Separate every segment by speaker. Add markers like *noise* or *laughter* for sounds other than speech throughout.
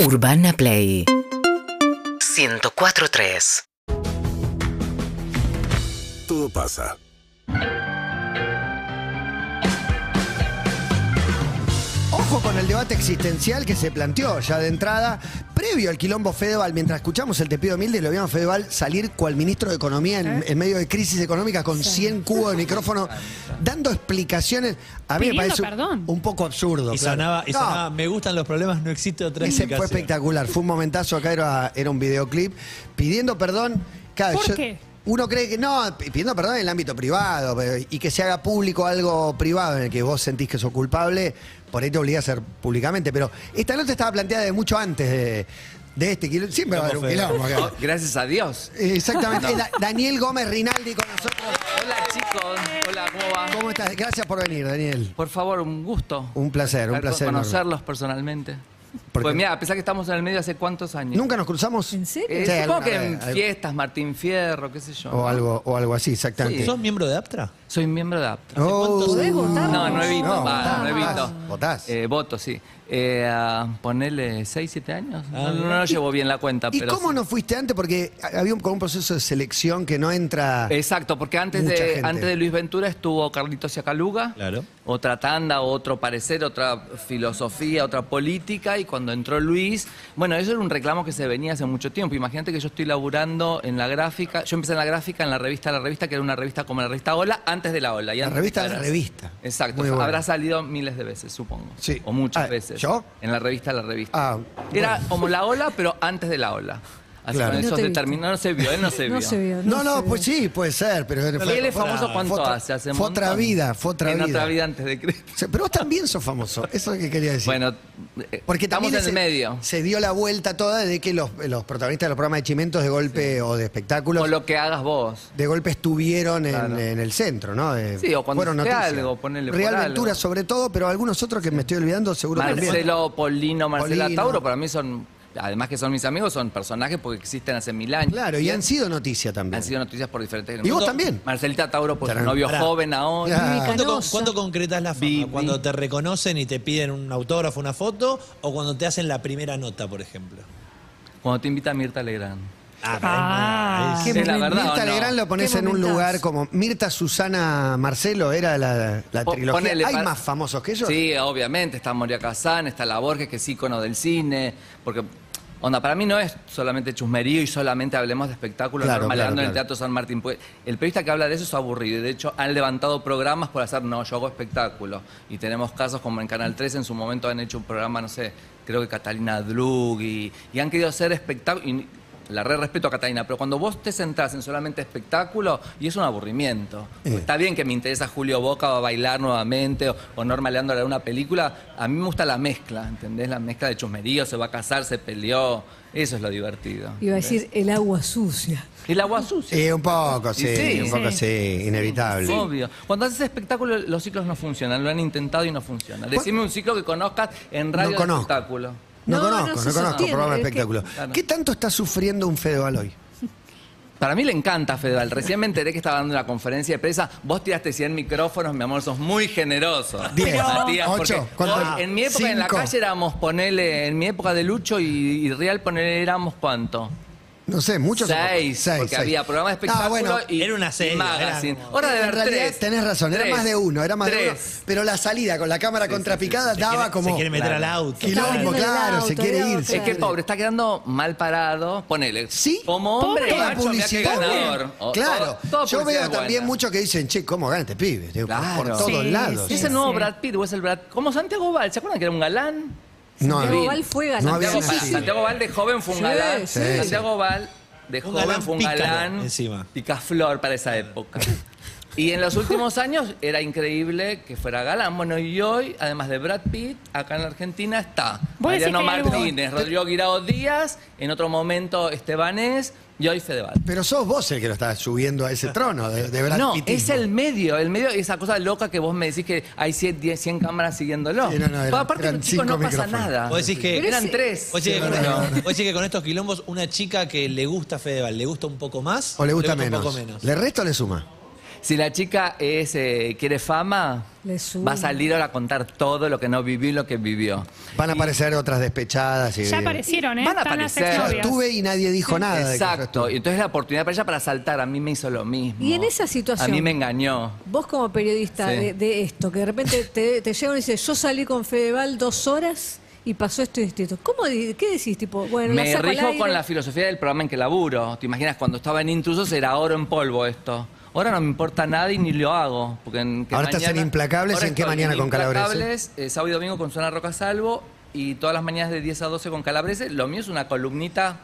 Speaker 1: Urbana Play 104.3
Speaker 2: Todo pasa.
Speaker 3: Ojo con el debate existencial que se planteó ya de entrada, previo al quilombo Fedeval, mientras escuchamos el Te pido mil de lo vieron a Fedeval salir cual ministro de Economía en,
Speaker 4: ¿Eh?
Speaker 3: en medio de crisis económica con 100 cubos de micrófono, dando explicaciones. A mí me
Speaker 4: Pidiendo
Speaker 3: parece un-
Speaker 4: perdón.
Speaker 3: un poco absurdo.
Speaker 5: Y
Speaker 3: claro.
Speaker 5: sonaba, y
Speaker 3: No,
Speaker 5: sonaba, me gustan los problemas, no existe otra
Speaker 3: ese fue
Speaker 5: explicación".
Speaker 3: espectacular, fue un momentazo, acá era, era un videoclip pidiendo perdón. Claro,
Speaker 4: ¿Por
Speaker 3: yo-
Speaker 4: qué?
Speaker 3: Uno cree que no, pidiendo perdón en el ámbito privado pero- y que se haga público algo privado en el que vos sentís que sos culpable, por ahí te obliga a hacer públicamente. Pero esta nota estaba planteada de mucho antes de, de este quilombo. Siempre va a haber un quilombo acá.
Speaker 6: Oh, *laughs* Gracias a Dios.
Speaker 3: Exactamente. Da- Daniel Gómez Rinaldi con nosotros.
Speaker 6: Hola chicos, hola, ¿cómo va?
Speaker 3: ¿Cómo estás? Gracias por venir, Daniel.
Speaker 6: Por favor, un gusto.
Speaker 3: Un placer, un
Speaker 6: Con-
Speaker 3: placer. enorme.
Speaker 6: Conocerlos personalmente.
Speaker 3: Porque-
Speaker 6: Pues mira, a pesar que estamos en el medio hace cuántos años.
Speaker 3: ¿Nunca nos cruzamos? ¿En
Speaker 6: Eh, supongo que en fiestas, Martín Fierro, qué sé yo.
Speaker 3: O algo, o algo así, exactamente.
Speaker 6: Sí.
Speaker 5: ¿Sos miembro de APTRA?
Speaker 6: Soy miembro de APTA.
Speaker 3: ¿Podés votar?
Speaker 6: Oh, No, no evito, va, no evito.
Speaker 3: Votás.
Speaker 6: Eh, voto, sí. Eh, ah, ponele 6, 7 años. No, no, no llevo bien la cuenta.
Speaker 3: ¿Y
Speaker 6: pero
Speaker 3: cómo
Speaker 6: sí.
Speaker 3: no fuiste antes? Porque había un, como un proceso de selección que no entra.
Speaker 6: *laughs* Exacto, porque antes
Speaker 3: Mucha
Speaker 6: de,
Speaker 3: gente.
Speaker 6: antes de Luis Ventura estuvo Carlitos Yacaluga,
Speaker 5: Claro.
Speaker 6: otra tanda, otro parecer, otra filosofía, otra política, y cuando entró Luis, bueno, eso era un reclamo que se venía hace mucho tiempo. Imagínate que yo estoy laburando en la gráfica, yo empecé en la gráfica, en la revista La Revista, que era una revista como la revista Ola, antes de la Ola. Y
Speaker 3: La
Speaker 6: antes
Speaker 3: revista
Speaker 6: de
Speaker 3: La
Speaker 6: Caras.
Speaker 3: Revista.
Speaker 6: Exacto,
Speaker 3: Muy bueno.
Speaker 6: habrá salido miles de veces, supongo.
Speaker 3: Sí.
Speaker 6: O muchas
Speaker 3: Ah,
Speaker 6: veces.
Speaker 3: ¿yo?
Speaker 6: En la revista La Revista.
Speaker 3: Ah,
Speaker 6: Era como la Ola, pero antes de la Ola. Así
Speaker 3: Claro.
Speaker 6: con
Speaker 3: No
Speaker 6: esos
Speaker 7: te
Speaker 6: determinados, no se vio, él no se vio.
Speaker 7: No se vio.
Speaker 3: *laughs* No, no,
Speaker 7: se
Speaker 3: pues sí, puede ser, pero.
Speaker 6: Y él es famoso cuánto
Speaker 3: fue otra-
Speaker 6: hace, hace un
Speaker 3: Fue otra
Speaker 6: montón.
Speaker 3: vida, fue otra
Speaker 6: en
Speaker 3: vida.
Speaker 6: otra vida antes de Cristo.
Speaker 3: O sea, Pero vos también sos famoso, eso es lo que quería decir.
Speaker 6: Bueno, eh,
Speaker 3: Porque
Speaker 6: estamos
Speaker 3: también
Speaker 6: en el
Speaker 3: ese-
Speaker 6: medio.
Speaker 3: Se dio la vuelta toda de que los, los protagonistas de los programas de chimentos de golpe o de espectáculos
Speaker 6: O lo que hagas vos.
Speaker 3: de golpe estuvieron en-
Speaker 6: Claro.
Speaker 3: en, el centro, ¿no? Eh,
Speaker 6: Sí, o cuando
Speaker 3: fueron
Speaker 6: esté
Speaker 3: noticia.
Speaker 6: algo, ponele por
Speaker 3: Real
Speaker 6: algo.
Speaker 3: Ventura sobre todo, pero algunos otros que me estoy olvidando seguro también.
Speaker 6: Marcelo, Polino, Marcela
Speaker 3: Polino.
Speaker 6: Tauro, para mí son, además que son mis amigos, son personajes porque existen hace mil años.
Speaker 3: Claro, y han sido noticia también.
Speaker 6: Han sido noticias por diferentes.
Speaker 3: Y vos también.
Speaker 6: Marcelita Tauro por su
Speaker 3: Claro.
Speaker 6: novio
Speaker 5: Pará.
Speaker 6: joven ahora.
Speaker 3: Claro. Ah.
Speaker 5: ¿Cuándo, con-
Speaker 7: Canosa.
Speaker 5: cuándo concretas la fama?
Speaker 6: Vi- vi.
Speaker 5: ¿Cuando te reconocen y te piden un autógrafo, una foto? ¿O cuando te hacen la primera nota, por ejemplo?
Speaker 6: Cuando te invita Mirta Legrand.
Speaker 5: Ah,
Speaker 7: Ah.
Speaker 5: ahí sí.
Speaker 3: ¿Qué
Speaker 6: Sí, la
Speaker 3: momento?
Speaker 6: verdad,
Speaker 3: Mirta
Speaker 6: ¿o no?
Speaker 3: Legrand lo pones
Speaker 7: Qué
Speaker 3: en un
Speaker 7: momentazo.
Speaker 3: lugar como Mirta Susana Marcelo, era la, la
Speaker 6: Po-
Speaker 3: trilogía.
Speaker 6: ponele
Speaker 3: ¿Hay
Speaker 6: par-
Speaker 3: más famosos que ellos?
Speaker 6: Sí, obviamente. Está Moria Kazan, está La Borges, que es ícono del cine. Porque, onda, para mí no es solamente chusmerío y solamente hablemos de espectáculos
Speaker 3: Claro,
Speaker 6: normaleando
Speaker 3: claro,
Speaker 6: en el
Speaker 3: claro.
Speaker 6: Teatro San Martín. Pues, el periodista que habla de eso es aburrido. Y de hecho, han levantado programas por hacer, no, yo hago espectáculos. Y tenemos casos como en Canal 3, en su momento han hecho un programa, no sé, creo que Catalina Drug, y, y han querido hacer espectáculos. La re respeto a Catalina, pero cuando vos te sentás en solamente espectáculo, y es un aburrimiento.
Speaker 3: Eh.
Speaker 6: Está bien que me interesa Julio Boca o bailar nuevamente o, o Norma Leandro hará una película. A mí me gusta la mezcla, ¿entendés? La mezcla de chusmerío, se va a casar, se peleó. Eso es lo divertido.
Speaker 7: Iba a decir el agua sucia.
Speaker 6: El agua sucia.
Speaker 3: Sí, un poco,
Speaker 6: Y
Speaker 3: sí,
Speaker 6: sí.
Speaker 3: un poco, sí, inevitable.
Speaker 6: Obvio. Cuando haces espectáculo, los ciclos no funcionan. Lo han intentado y no funciona. Decime un ciclo que conozcas en radio de
Speaker 3: conozco.
Speaker 6: espectáculo.
Speaker 3: No,
Speaker 7: No,
Speaker 3: conozco,
Speaker 7: no
Speaker 3: no,
Speaker 7: se
Speaker 3: conozco
Speaker 7: sostiene,
Speaker 3: programa de
Speaker 7: es que-
Speaker 3: espectáculo.
Speaker 6: Claro.
Speaker 3: ¿Qué tanto está sufriendo un Fedeval hoy?
Speaker 6: Para mí le encanta Federal. Recién me enteré que estaba dando una conferencia de prensa. Vos tiraste 100 micrófonos, mi amor, sos muy generoso.
Speaker 3: *laughs* Diez,
Speaker 6: Matías,
Speaker 3: ocho,
Speaker 6: porque
Speaker 3: ¿cuánto
Speaker 6: vos,
Speaker 3: era?
Speaker 6: en mi época en la
Speaker 3: Cinco.
Speaker 6: calle éramos, ponele, en mi época de Lucho y, y Real, ponele, éramos cuánto?
Speaker 3: No sé, muchos. o pocos?
Speaker 6: seis, porque había programas de espectáculo
Speaker 3: Ah, bueno,
Speaker 6: y,
Speaker 5: Era una serie,
Speaker 6: y magazine.
Speaker 5: era como-
Speaker 6: Ahora debe
Speaker 3: en
Speaker 6: haber
Speaker 3: realidad
Speaker 6: tres.
Speaker 3: tenés razón, era
Speaker 6: Tres.
Speaker 3: más de uno, era más de uno.
Speaker 6: Tres.
Speaker 3: Pero la salida con la cámara contrapicada
Speaker 5: Se
Speaker 3: daba
Speaker 5: quiere-
Speaker 3: como.
Speaker 5: Se quiere meter al auto.
Speaker 7: Estaba
Speaker 3: Quilombo,
Speaker 7: viendo el
Speaker 3: claro,
Speaker 7: auto,
Speaker 3: se quiere
Speaker 7: era
Speaker 3: ir. se
Speaker 7: otra.
Speaker 6: Es que
Speaker 3: quiere
Speaker 6: el
Speaker 3: ir.
Speaker 6: pobre está quedando mal parado. Ponele.
Speaker 3: Sí.
Speaker 6: Como hombre,
Speaker 3: Toda
Speaker 6: macho, mirá qué
Speaker 3: publicidad.
Speaker 6: ganador. O-
Speaker 3: claro.
Speaker 6: o- toda
Speaker 3: Yo
Speaker 6: publicidad
Speaker 3: veo también
Speaker 6: buena.
Speaker 3: muchos que dicen, che, ¿cómo gana este pibe? Digo, por- Por
Speaker 6: Claro.
Speaker 3: todos
Speaker 7: Sí,
Speaker 3: lados.
Speaker 7: sí,
Speaker 6: ¿Es el
Speaker 7: sí.
Speaker 6: nuevo Brad Pitt o es el Brad? Como Santiago Val, ¿se acuerdan que era un galán?
Speaker 3: No,
Speaker 7: Santiago
Speaker 3: no.
Speaker 7: Val fue ganador.
Speaker 3: No había
Speaker 6: Santiago,
Speaker 3: nacido.
Speaker 6: Val, Santiago Val de joven fue un
Speaker 7: Sí,
Speaker 6: galán.
Speaker 7: sí.
Speaker 6: Santiago Val de
Speaker 5: Un
Speaker 6: joven
Speaker 5: galán
Speaker 6: fue un
Speaker 5: pícaro,
Speaker 6: galán.
Speaker 5: encima.
Speaker 6: Picaflor para esa
Speaker 3: *laughs*
Speaker 6: época. Y en los últimos años era increíble que fuera galán. Bueno, y hoy, además de Brad Pitt, acá en la Argentina está
Speaker 4: ¿Vos decís
Speaker 6: Mariano
Speaker 4: que hay algo?
Speaker 6: Martínez, Rodrigo Guirao Díaz, en otro momento Estebanés y hoy Fedeval.
Speaker 3: Pero sos vos el que lo está subiendo a ese trono de, de Brad
Speaker 6: No,
Speaker 3: Pittismo.
Speaker 6: es el medio, el medio, esa cosa loca que vos me decís que hay 100, 10, 100 cámaras siguiéndolo.
Speaker 3: Sí, no, no, eran-
Speaker 6: Pero aparte,
Speaker 3: eran
Speaker 6: chicos, no
Speaker 3: cinco
Speaker 6: pasa
Speaker 3: micrófonos.
Speaker 6: nada.
Speaker 5: Vos decís que- Pero
Speaker 6: eran
Speaker 7: ese-
Speaker 6: tres.
Speaker 5: Oye, que,
Speaker 3: Sí,
Speaker 5: con-
Speaker 3: verdad.
Speaker 5: vos decís que con estos quilombos, una chica que le gusta a Fedeval, ¿le gusta un poco más?
Speaker 3: O le gusta,
Speaker 5: un
Speaker 3: menos.
Speaker 5: poco menos?
Speaker 3: ¿Le resta o le suma?
Speaker 6: Si la chica es, eh, quiere fama,
Speaker 7: Le sube.
Speaker 6: va a salir ahora a contar todo lo que no vivió y lo que vivió.
Speaker 3: Van a aparecer otras despechadas. Y,
Speaker 1: Ya aparecieron, ¿eh?
Speaker 6: Van a
Speaker 1: Están las
Speaker 6: aparecer.
Speaker 3: Yo
Speaker 6: Obvio.
Speaker 1: exnovias.
Speaker 3: estuve y nadie dijo nada. de que yo
Speaker 6: Exacto.
Speaker 3: estuve.
Speaker 6: Y entonces la oportunidad para ella para saltar, a mí me hizo lo mismo.
Speaker 7: Y en esa situación-
Speaker 6: A mí me engañó.
Speaker 7: Vos como periodista
Speaker 6: Sí.
Speaker 7: de, de esto, que de repente te, te llegan y dices, yo salí con Fedeval dos horas y pasó esto y esto. y esto". ¿Cómo, di- ¿Qué decís? Tipo, bueno, la
Speaker 6: Me
Speaker 7: saco al
Speaker 6: rijo
Speaker 7: aire.
Speaker 6: con la filosofía del programa en que laburo. Te imaginas, cuando estaba en Intrusos era oro en polvo esto. Ahora no me importa nada y ni lo hago. Porque en que
Speaker 3: Ahora estás
Speaker 6: mañana-
Speaker 3: en Implacables,
Speaker 6: Ahora
Speaker 3: ¿en qué
Speaker 6: estoy
Speaker 3: mañana con Calabrese?
Speaker 6: Implacables, eh, sábado y domingo con Zona Roca Salvo y todas las mañanas de 10 a 12 con Calabrese. Lo mío es una columnita,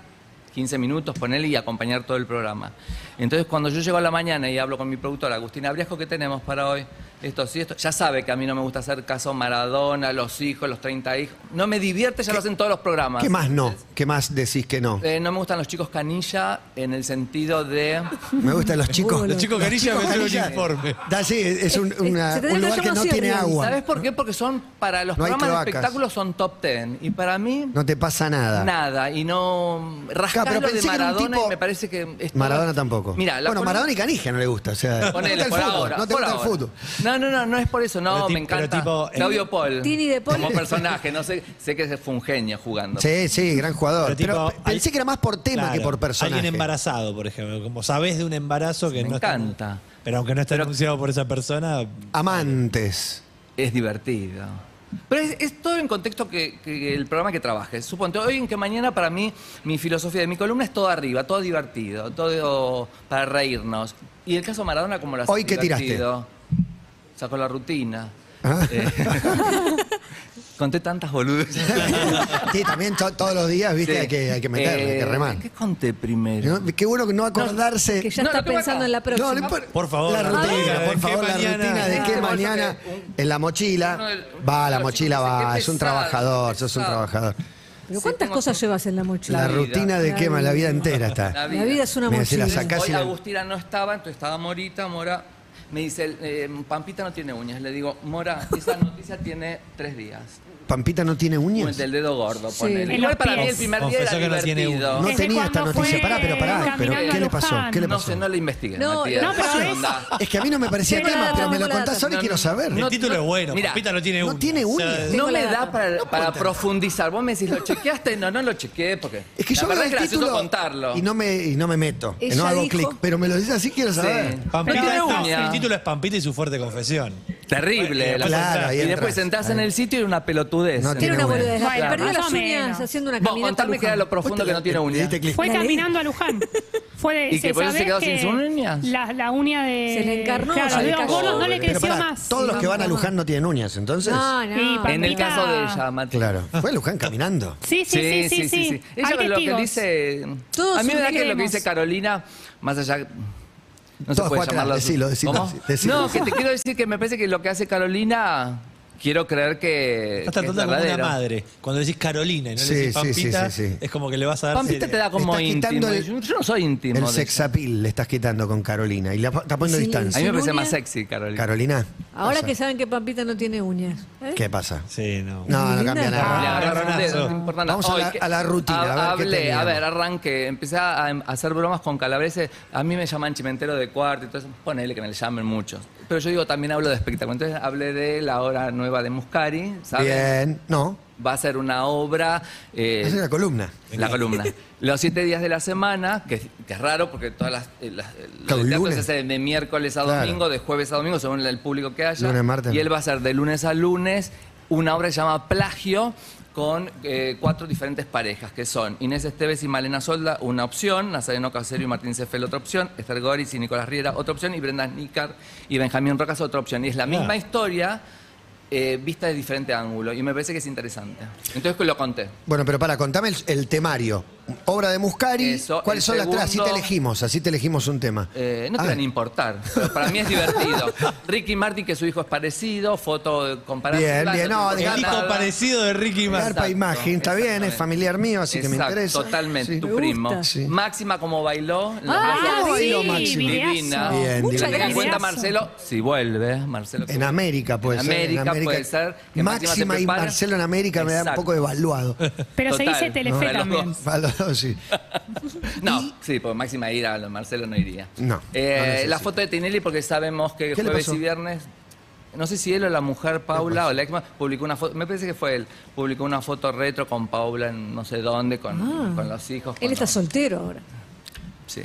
Speaker 6: 15 minutos, ponerle y acompañar todo el programa. Entonces, cuando yo llego a la mañana y hablo con mi productora, Agustina Briasco, ¿qué tenemos para hoy? Esto, sí, esto. Ya sabe que a mí no me gusta hacer caso Maradona, los hijos, los 30 hijos. No me divierte, ya lo hacen todos los programas.
Speaker 3: ¿Qué más no? ¿Qué más decís que no?
Speaker 6: Eh, no me gustan los chicos canilla en el sentido de.
Speaker 3: Me gustan los chicos.
Speaker 7: Los
Speaker 5: chicos canilla me traen un
Speaker 3: canilla.
Speaker 5: informe.
Speaker 3: Da, sí, es
Speaker 6: Eh,
Speaker 3: un,
Speaker 7: Es-
Speaker 3: una-
Speaker 7: se tendría
Speaker 3: un lugar
Speaker 7: que
Speaker 3: que
Speaker 7: llamar
Speaker 3: no
Speaker 7: así,
Speaker 3: tiene
Speaker 7: Adrián.
Speaker 3: agua.
Speaker 6: ¿Sabes por qué? Porque son para los
Speaker 3: Ah, No hay
Speaker 6: programas de
Speaker 3: cloacas.
Speaker 6: espectáculos son top ten y para mí
Speaker 3: No te pasa nada.
Speaker 6: nada y no
Speaker 3: Claro,
Speaker 6: rascarlo
Speaker 3: pero
Speaker 6: de
Speaker 3: pensé que era un
Speaker 6: Maradona
Speaker 3: tipo-
Speaker 6: y me parece que es todo-
Speaker 3: Maradona tampoco.
Speaker 6: Mira, la
Speaker 3: bueno,
Speaker 6: col-
Speaker 3: Maradona y Canija no le gusta. O sea,
Speaker 6: *laughs* Ponele,
Speaker 3: no te gusta el
Speaker 6: por
Speaker 3: fútbol.
Speaker 6: ahora,
Speaker 3: no te
Speaker 6: por
Speaker 3: gusta el
Speaker 6: ahora.
Speaker 3: fútbol.
Speaker 6: No, no, no, no es por eso, no,
Speaker 5: Pero ti-
Speaker 6: me encanta.
Speaker 5: pero tipo, el-
Speaker 6: Claudio Paul.
Speaker 7: Tini de Paul.
Speaker 6: eh, Como personaje, no sé, sé que fue un genio jugando.
Speaker 3: Sí, sí, gran jugador.
Speaker 5: Pero tipo,
Speaker 3: Pero
Speaker 5: hay-
Speaker 3: pensé que era más por tema
Speaker 5: Claro,
Speaker 3: que por personaje.
Speaker 5: Alguien embarazado, por ejemplo. Como sabés de un embarazo que
Speaker 6: Me
Speaker 5: no
Speaker 6: encanta.
Speaker 5: está. Pero aunque no esté
Speaker 6: Pero-
Speaker 5: anunciado por esa persona,
Speaker 3: Amantes.
Speaker 6: Es divertido. Pero es, es todo en contexto que, que el programa que trabajes. Suponte, hoy en que mañana para mí, mi filosofía de mi columna es todo arriba, todo divertido, todo para reírnos. Y el caso Maradona, como lo hace
Speaker 3: Hoy, ¿qué tiraste?
Speaker 6: divertido? Sacó la rutina.
Speaker 3: Ah.
Speaker 6: Eh, *laughs* conté tantas boludeces.
Speaker 3: Sí, también to- todos los días, *laughs* viste,
Speaker 6: Sí.
Speaker 3: hay, que, hay que meterle, hay
Speaker 6: Eh,
Speaker 3: que remar.
Speaker 6: ¿Qué conté primero?
Speaker 3: No, Qué bueno que no acordarse.
Speaker 7: Que ya
Speaker 6: No,
Speaker 7: está
Speaker 6: lo que
Speaker 7: pensando
Speaker 6: pasa-
Speaker 7: en la próxima.
Speaker 3: no importa.
Speaker 5: Por favor,
Speaker 3: La
Speaker 5: la
Speaker 3: rutina,
Speaker 5: rutina,
Speaker 3: por
Speaker 5: ¿de
Speaker 3: favor,
Speaker 5: qué
Speaker 3: la
Speaker 5: mañana?
Speaker 3: rutina de
Speaker 6: Ah,
Speaker 3: qué
Speaker 6: por eso
Speaker 3: mañana.
Speaker 6: que un-
Speaker 3: En la mochila.
Speaker 6: Uno del-
Speaker 3: Va,
Speaker 6: uno
Speaker 3: la
Speaker 6: de los
Speaker 3: mochila
Speaker 6: chicos dice,
Speaker 3: va.
Speaker 6: qué
Speaker 3: Es un
Speaker 6: pesado,
Speaker 3: trabajador,
Speaker 6: qué
Speaker 3: sos un
Speaker 6: pesado.
Speaker 3: trabajador.
Speaker 7: Pero
Speaker 6: Sí,
Speaker 7: ¿Cuántas
Speaker 6: tengo-
Speaker 7: cosas llevas en la mochila?
Speaker 3: La
Speaker 6: vida.
Speaker 3: rutina de
Speaker 7: La
Speaker 3: quema la vida
Speaker 7: vida.
Speaker 3: entera está.
Speaker 6: La
Speaker 7: La vida es una
Speaker 3: Mira, si la
Speaker 7: mochila.
Speaker 3: sacás
Speaker 6: Hoy
Speaker 3: y la-
Speaker 6: Agustina no estaba, entonces estaba Morita, Mora. Me dice, eh, Pampita no tiene uñas. Le digo, Mora, esa noticia tiene tres días.
Speaker 3: Pampita no tiene
Speaker 6: El
Speaker 3: uñas.
Speaker 6: del dedo gordo,
Speaker 7: Sí.
Speaker 6: ponele.
Speaker 7: En
Speaker 1: los
Speaker 6: Igual para mí
Speaker 1: pies.
Speaker 6: el primer día era
Speaker 5: Confesó que no tiene
Speaker 6: divertido.
Speaker 3: No
Speaker 1: Desde
Speaker 3: tenía esta
Speaker 1: cuando
Speaker 3: noticia.
Speaker 1: fue
Speaker 3: Pará, pero pará.
Speaker 1: caminando
Speaker 3: Pero
Speaker 1: a
Speaker 3: ¿qué le
Speaker 1: los
Speaker 3: pasó?
Speaker 1: fans.
Speaker 3: ¿Qué le
Speaker 6: No,
Speaker 3: pasó?
Speaker 6: sé, no lo investigué,
Speaker 7: No,
Speaker 6: Matías.
Speaker 7: no,
Speaker 1: pero
Speaker 6: ¿Qué
Speaker 1: es-
Speaker 6: onda?
Speaker 3: Es que a mí no me parecía
Speaker 7: Tengo
Speaker 3: tema,
Speaker 7: la
Speaker 3: pero me lo
Speaker 7: data,
Speaker 3: contás ahora y
Speaker 6: no,
Speaker 3: quiero
Speaker 6: no.
Speaker 3: saber.
Speaker 5: el
Speaker 6: No,
Speaker 5: título
Speaker 6: no,
Speaker 5: es bueno.
Speaker 6: mira,
Speaker 5: Pampita no tiene
Speaker 3: no
Speaker 5: uñas.
Speaker 3: tiene
Speaker 5: O sea,
Speaker 3: uñas.
Speaker 6: No
Speaker 7: Tengo
Speaker 6: me
Speaker 7: la
Speaker 6: da
Speaker 7: data.
Speaker 6: para, para profundizar. Vos me decís, ¿lo chequeaste? No, no lo chequeé porque.
Speaker 3: Es que
Speaker 6: la
Speaker 3: yo veo
Speaker 6: verdad
Speaker 3: el
Speaker 6: es gracioso
Speaker 3: título
Speaker 6: contarlo.
Speaker 3: y no me, y no me meto, y
Speaker 7: Ella
Speaker 3: no hago
Speaker 7: dijo-
Speaker 3: clic, pero me lo dices así, quiero saber.
Speaker 5: Pampita
Speaker 1: Pero
Speaker 5: es-
Speaker 6: uña.
Speaker 5: el título es Pampita y su fuerte confesión.
Speaker 6: Terrible.
Speaker 5: Bueno,
Speaker 6: la
Speaker 5: claro,
Speaker 6: cosa.
Speaker 3: ahí
Speaker 6: y
Speaker 3: entras.
Speaker 6: después sentás en el sitio y era una pelotudez.
Speaker 3: No
Speaker 7: Tiene
Speaker 3: tiene
Speaker 7: una
Speaker 3: uñas.
Speaker 7: boludez. La-
Speaker 1: Bueno,
Speaker 7: Perdió
Speaker 1: más
Speaker 7: las
Speaker 1: o menos.
Speaker 7: uñas haciendo una
Speaker 6: Vos
Speaker 7: caminata.
Speaker 6: contame
Speaker 7: a
Speaker 6: que era lo
Speaker 7: Luján.
Speaker 6: profundo que no tiene
Speaker 3: Le
Speaker 6: uñas.
Speaker 3: diste clic.
Speaker 1: Fue
Speaker 7: La
Speaker 1: caminando a Luján. Fue de,
Speaker 6: *laughs* Y que por eso se
Speaker 1: sabe
Speaker 6: quedó sin
Speaker 1: que
Speaker 6: sus uñas.
Speaker 1: La, la uña de.
Speaker 7: Se le encarnó,
Speaker 1: Claro,
Speaker 7: se le
Speaker 1: de
Speaker 7: cayó.
Speaker 1: gordo no le
Speaker 6: Pero
Speaker 1: creció
Speaker 3: pará,
Speaker 1: más.
Speaker 3: todos los que van a
Speaker 7: Vamos,
Speaker 3: Luján no tienen uñas, entonces.
Speaker 7: No,
Speaker 1: Sí,
Speaker 7: no.
Speaker 1: para-
Speaker 6: En el
Speaker 1: Pampita-
Speaker 6: caso de ella, Mati.
Speaker 3: Claro, fue a Luján caminando.
Speaker 1: Sí, sí, sí, sí. sí.
Speaker 6: Ella
Speaker 1: Hay
Speaker 6: lo que
Speaker 1: testigos.
Speaker 6: dice.
Speaker 7: Todos
Speaker 6: a mí me da que lo que
Speaker 1: creemos.
Speaker 6: dice Carolina, más allá. No se
Speaker 3: Todos
Speaker 6: puede
Speaker 3: atrás,
Speaker 6: llamarlo.
Speaker 3: decilo, decilo,
Speaker 6: ¿Cómo?
Speaker 3: decilo.
Speaker 6: No, que te quiero decir que me parece que lo que hace Carolina, quiero creer que.
Speaker 5: Estás
Speaker 6: que es
Speaker 5: tratando como una
Speaker 6: verdadero.
Speaker 5: madre. Cuando decís Carolina y no
Speaker 3: Sí,
Speaker 5: le
Speaker 3: sí,
Speaker 5: decís
Speaker 3: sí,
Speaker 5: Pampita,
Speaker 3: sí, sí.
Speaker 5: es como que le vas a dar.
Speaker 6: Pampita te da como
Speaker 3: Estás
Speaker 6: íntimo.
Speaker 3: quitando el-
Speaker 6: Yo- Yo no soy íntimo.
Speaker 3: El
Speaker 6: de
Speaker 3: sex
Speaker 6: ella.
Speaker 3: appeal le estás quitando con Carolina y la está poniendo
Speaker 7: Sí.
Speaker 6: A mí
Speaker 3: distancia.
Speaker 6: me parece
Speaker 7: uña.
Speaker 6: más sexy, Carolina.
Speaker 3: Carolina,
Speaker 7: Ahora que saben que Pampita no tiene uñas. ¿eh?
Speaker 3: ¿qué pasa?
Speaker 5: Sí, no.
Speaker 3: No, no
Speaker 7: Linda.
Speaker 3: cambia
Speaker 6: Le
Speaker 3: nada.
Speaker 5: Ah.
Speaker 6: agarras un dedo,
Speaker 5: garronazo.
Speaker 6: no importa nada.
Speaker 3: Vamos a
Speaker 6: Hoy
Speaker 3: la-
Speaker 6: que-
Speaker 3: a la rutina, a ver qué
Speaker 6: hablé,
Speaker 3: teníamos.
Speaker 6: a ver, arranqué. Empecé a, a hacer bromas con calabreses. A mí me llaman chimentero de cuarto, entonces ponele que me le llamen muchos. Pero yo digo, también hablo de espectáculo. Entonces hablé de la obra nueva de Muscari, ¿sabes?
Speaker 3: Bien, no.
Speaker 6: Va a ser una obra... eh,
Speaker 3: Esa es la columna.
Speaker 6: la columna. *laughs* Los siete días de la semana, que, que es raro porque todas las, eh, las-
Speaker 3: Claro,
Speaker 6: los teatros
Speaker 3: lunes.
Speaker 6: se hacen de miércoles a
Speaker 3: Claro.
Speaker 6: domingo, de jueves a domingo, según el público que haya.
Speaker 3: Lunes, martes.
Speaker 6: Y él va a ser de lunes a lunes una obra que se llama Plagio con eh, cuatro diferentes parejas, que son Inés Esteves y Malena Solda, una opción, Nazareno Casero y Martín Cefel, otra opción, Esther Goris y Nicolás Riera, otra opción, y Brenda Nícar y Benjamín Rocas, otra opción.
Speaker 3: Ah.
Speaker 6: Y es la misma historia, eh, vista de diferente ángulo, y me parece que es interesante. Entonces lo conté.
Speaker 3: Bueno, pero para, contame el, el temario. Obra de Muscari.
Speaker 6: Eso,
Speaker 3: ¿Cuáles son
Speaker 6: el
Speaker 3: las tres? Así te
Speaker 6: segundo-
Speaker 3: elegimos, así te elegimos un tema.
Speaker 6: Eh, no te
Speaker 3: Ah,
Speaker 6: van a importar, pero para mí es divertido. Ricky Martin, que su hijo es parecido, foto comparada.
Speaker 3: Bien, bien, no,
Speaker 5: El
Speaker 3: dejá-
Speaker 5: hijo parecido de Ricky Martin.
Speaker 3: Garpa imagen, está bien, es familiar mío, así que me interesa.
Speaker 6: Totalmente,
Speaker 3: Sí.
Speaker 6: tu
Speaker 7: Me
Speaker 6: primo.
Speaker 7: gusta.
Speaker 3: Sí.
Speaker 6: Máxima como bailó. en la
Speaker 7: Ah,
Speaker 6: marcha.
Speaker 7: ¿cómo bailó
Speaker 3: Máxima?
Speaker 1: Divina.
Speaker 3: Bien, divina.
Speaker 6: Que
Speaker 3: Muchas
Speaker 1: Muchas
Speaker 6: tenga en
Speaker 3: gracias.
Speaker 6: cuenta Marcelo, si vuelve, Marcelo. que
Speaker 3: En
Speaker 6: vuelve.
Speaker 3: América puede
Speaker 6: En
Speaker 3: ser.
Speaker 6: América puede ser, que Máxima se
Speaker 3: Máxima y
Speaker 6: prepara.
Speaker 3: Marcelo en América me da un
Speaker 6: Exacto.
Speaker 3: *laughs* poco evaluado.
Speaker 1: Pero se
Speaker 6: Total.
Speaker 1: dice Telefe
Speaker 6: No,
Speaker 1: también.
Speaker 6: los dos.
Speaker 3: Valo- lado, sí.
Speaker 6: No, sí, por máxima ira, lo- Marcelo no iría.
Speaker 3: No,
Speaker 6: Eh,
Speaker 3: no necesito.
Speaker 6: la foto de Tinelli, porque sabemos que
Speaker 3: ¿Qué le
Speaker 6: jueves
Speaker 3: pasó?
Speaker 6: y viernes. No sé si él o la mujer Paula o la ex publicó una foto, me parece que fue él, publicó una foto retro con Paula en no sé dónde, con, con los hijos. con
Speaker 7: Ah. Él está
Speaker 6: los-
Speaker 7: soltero ahora.
Speaker 6: Sí.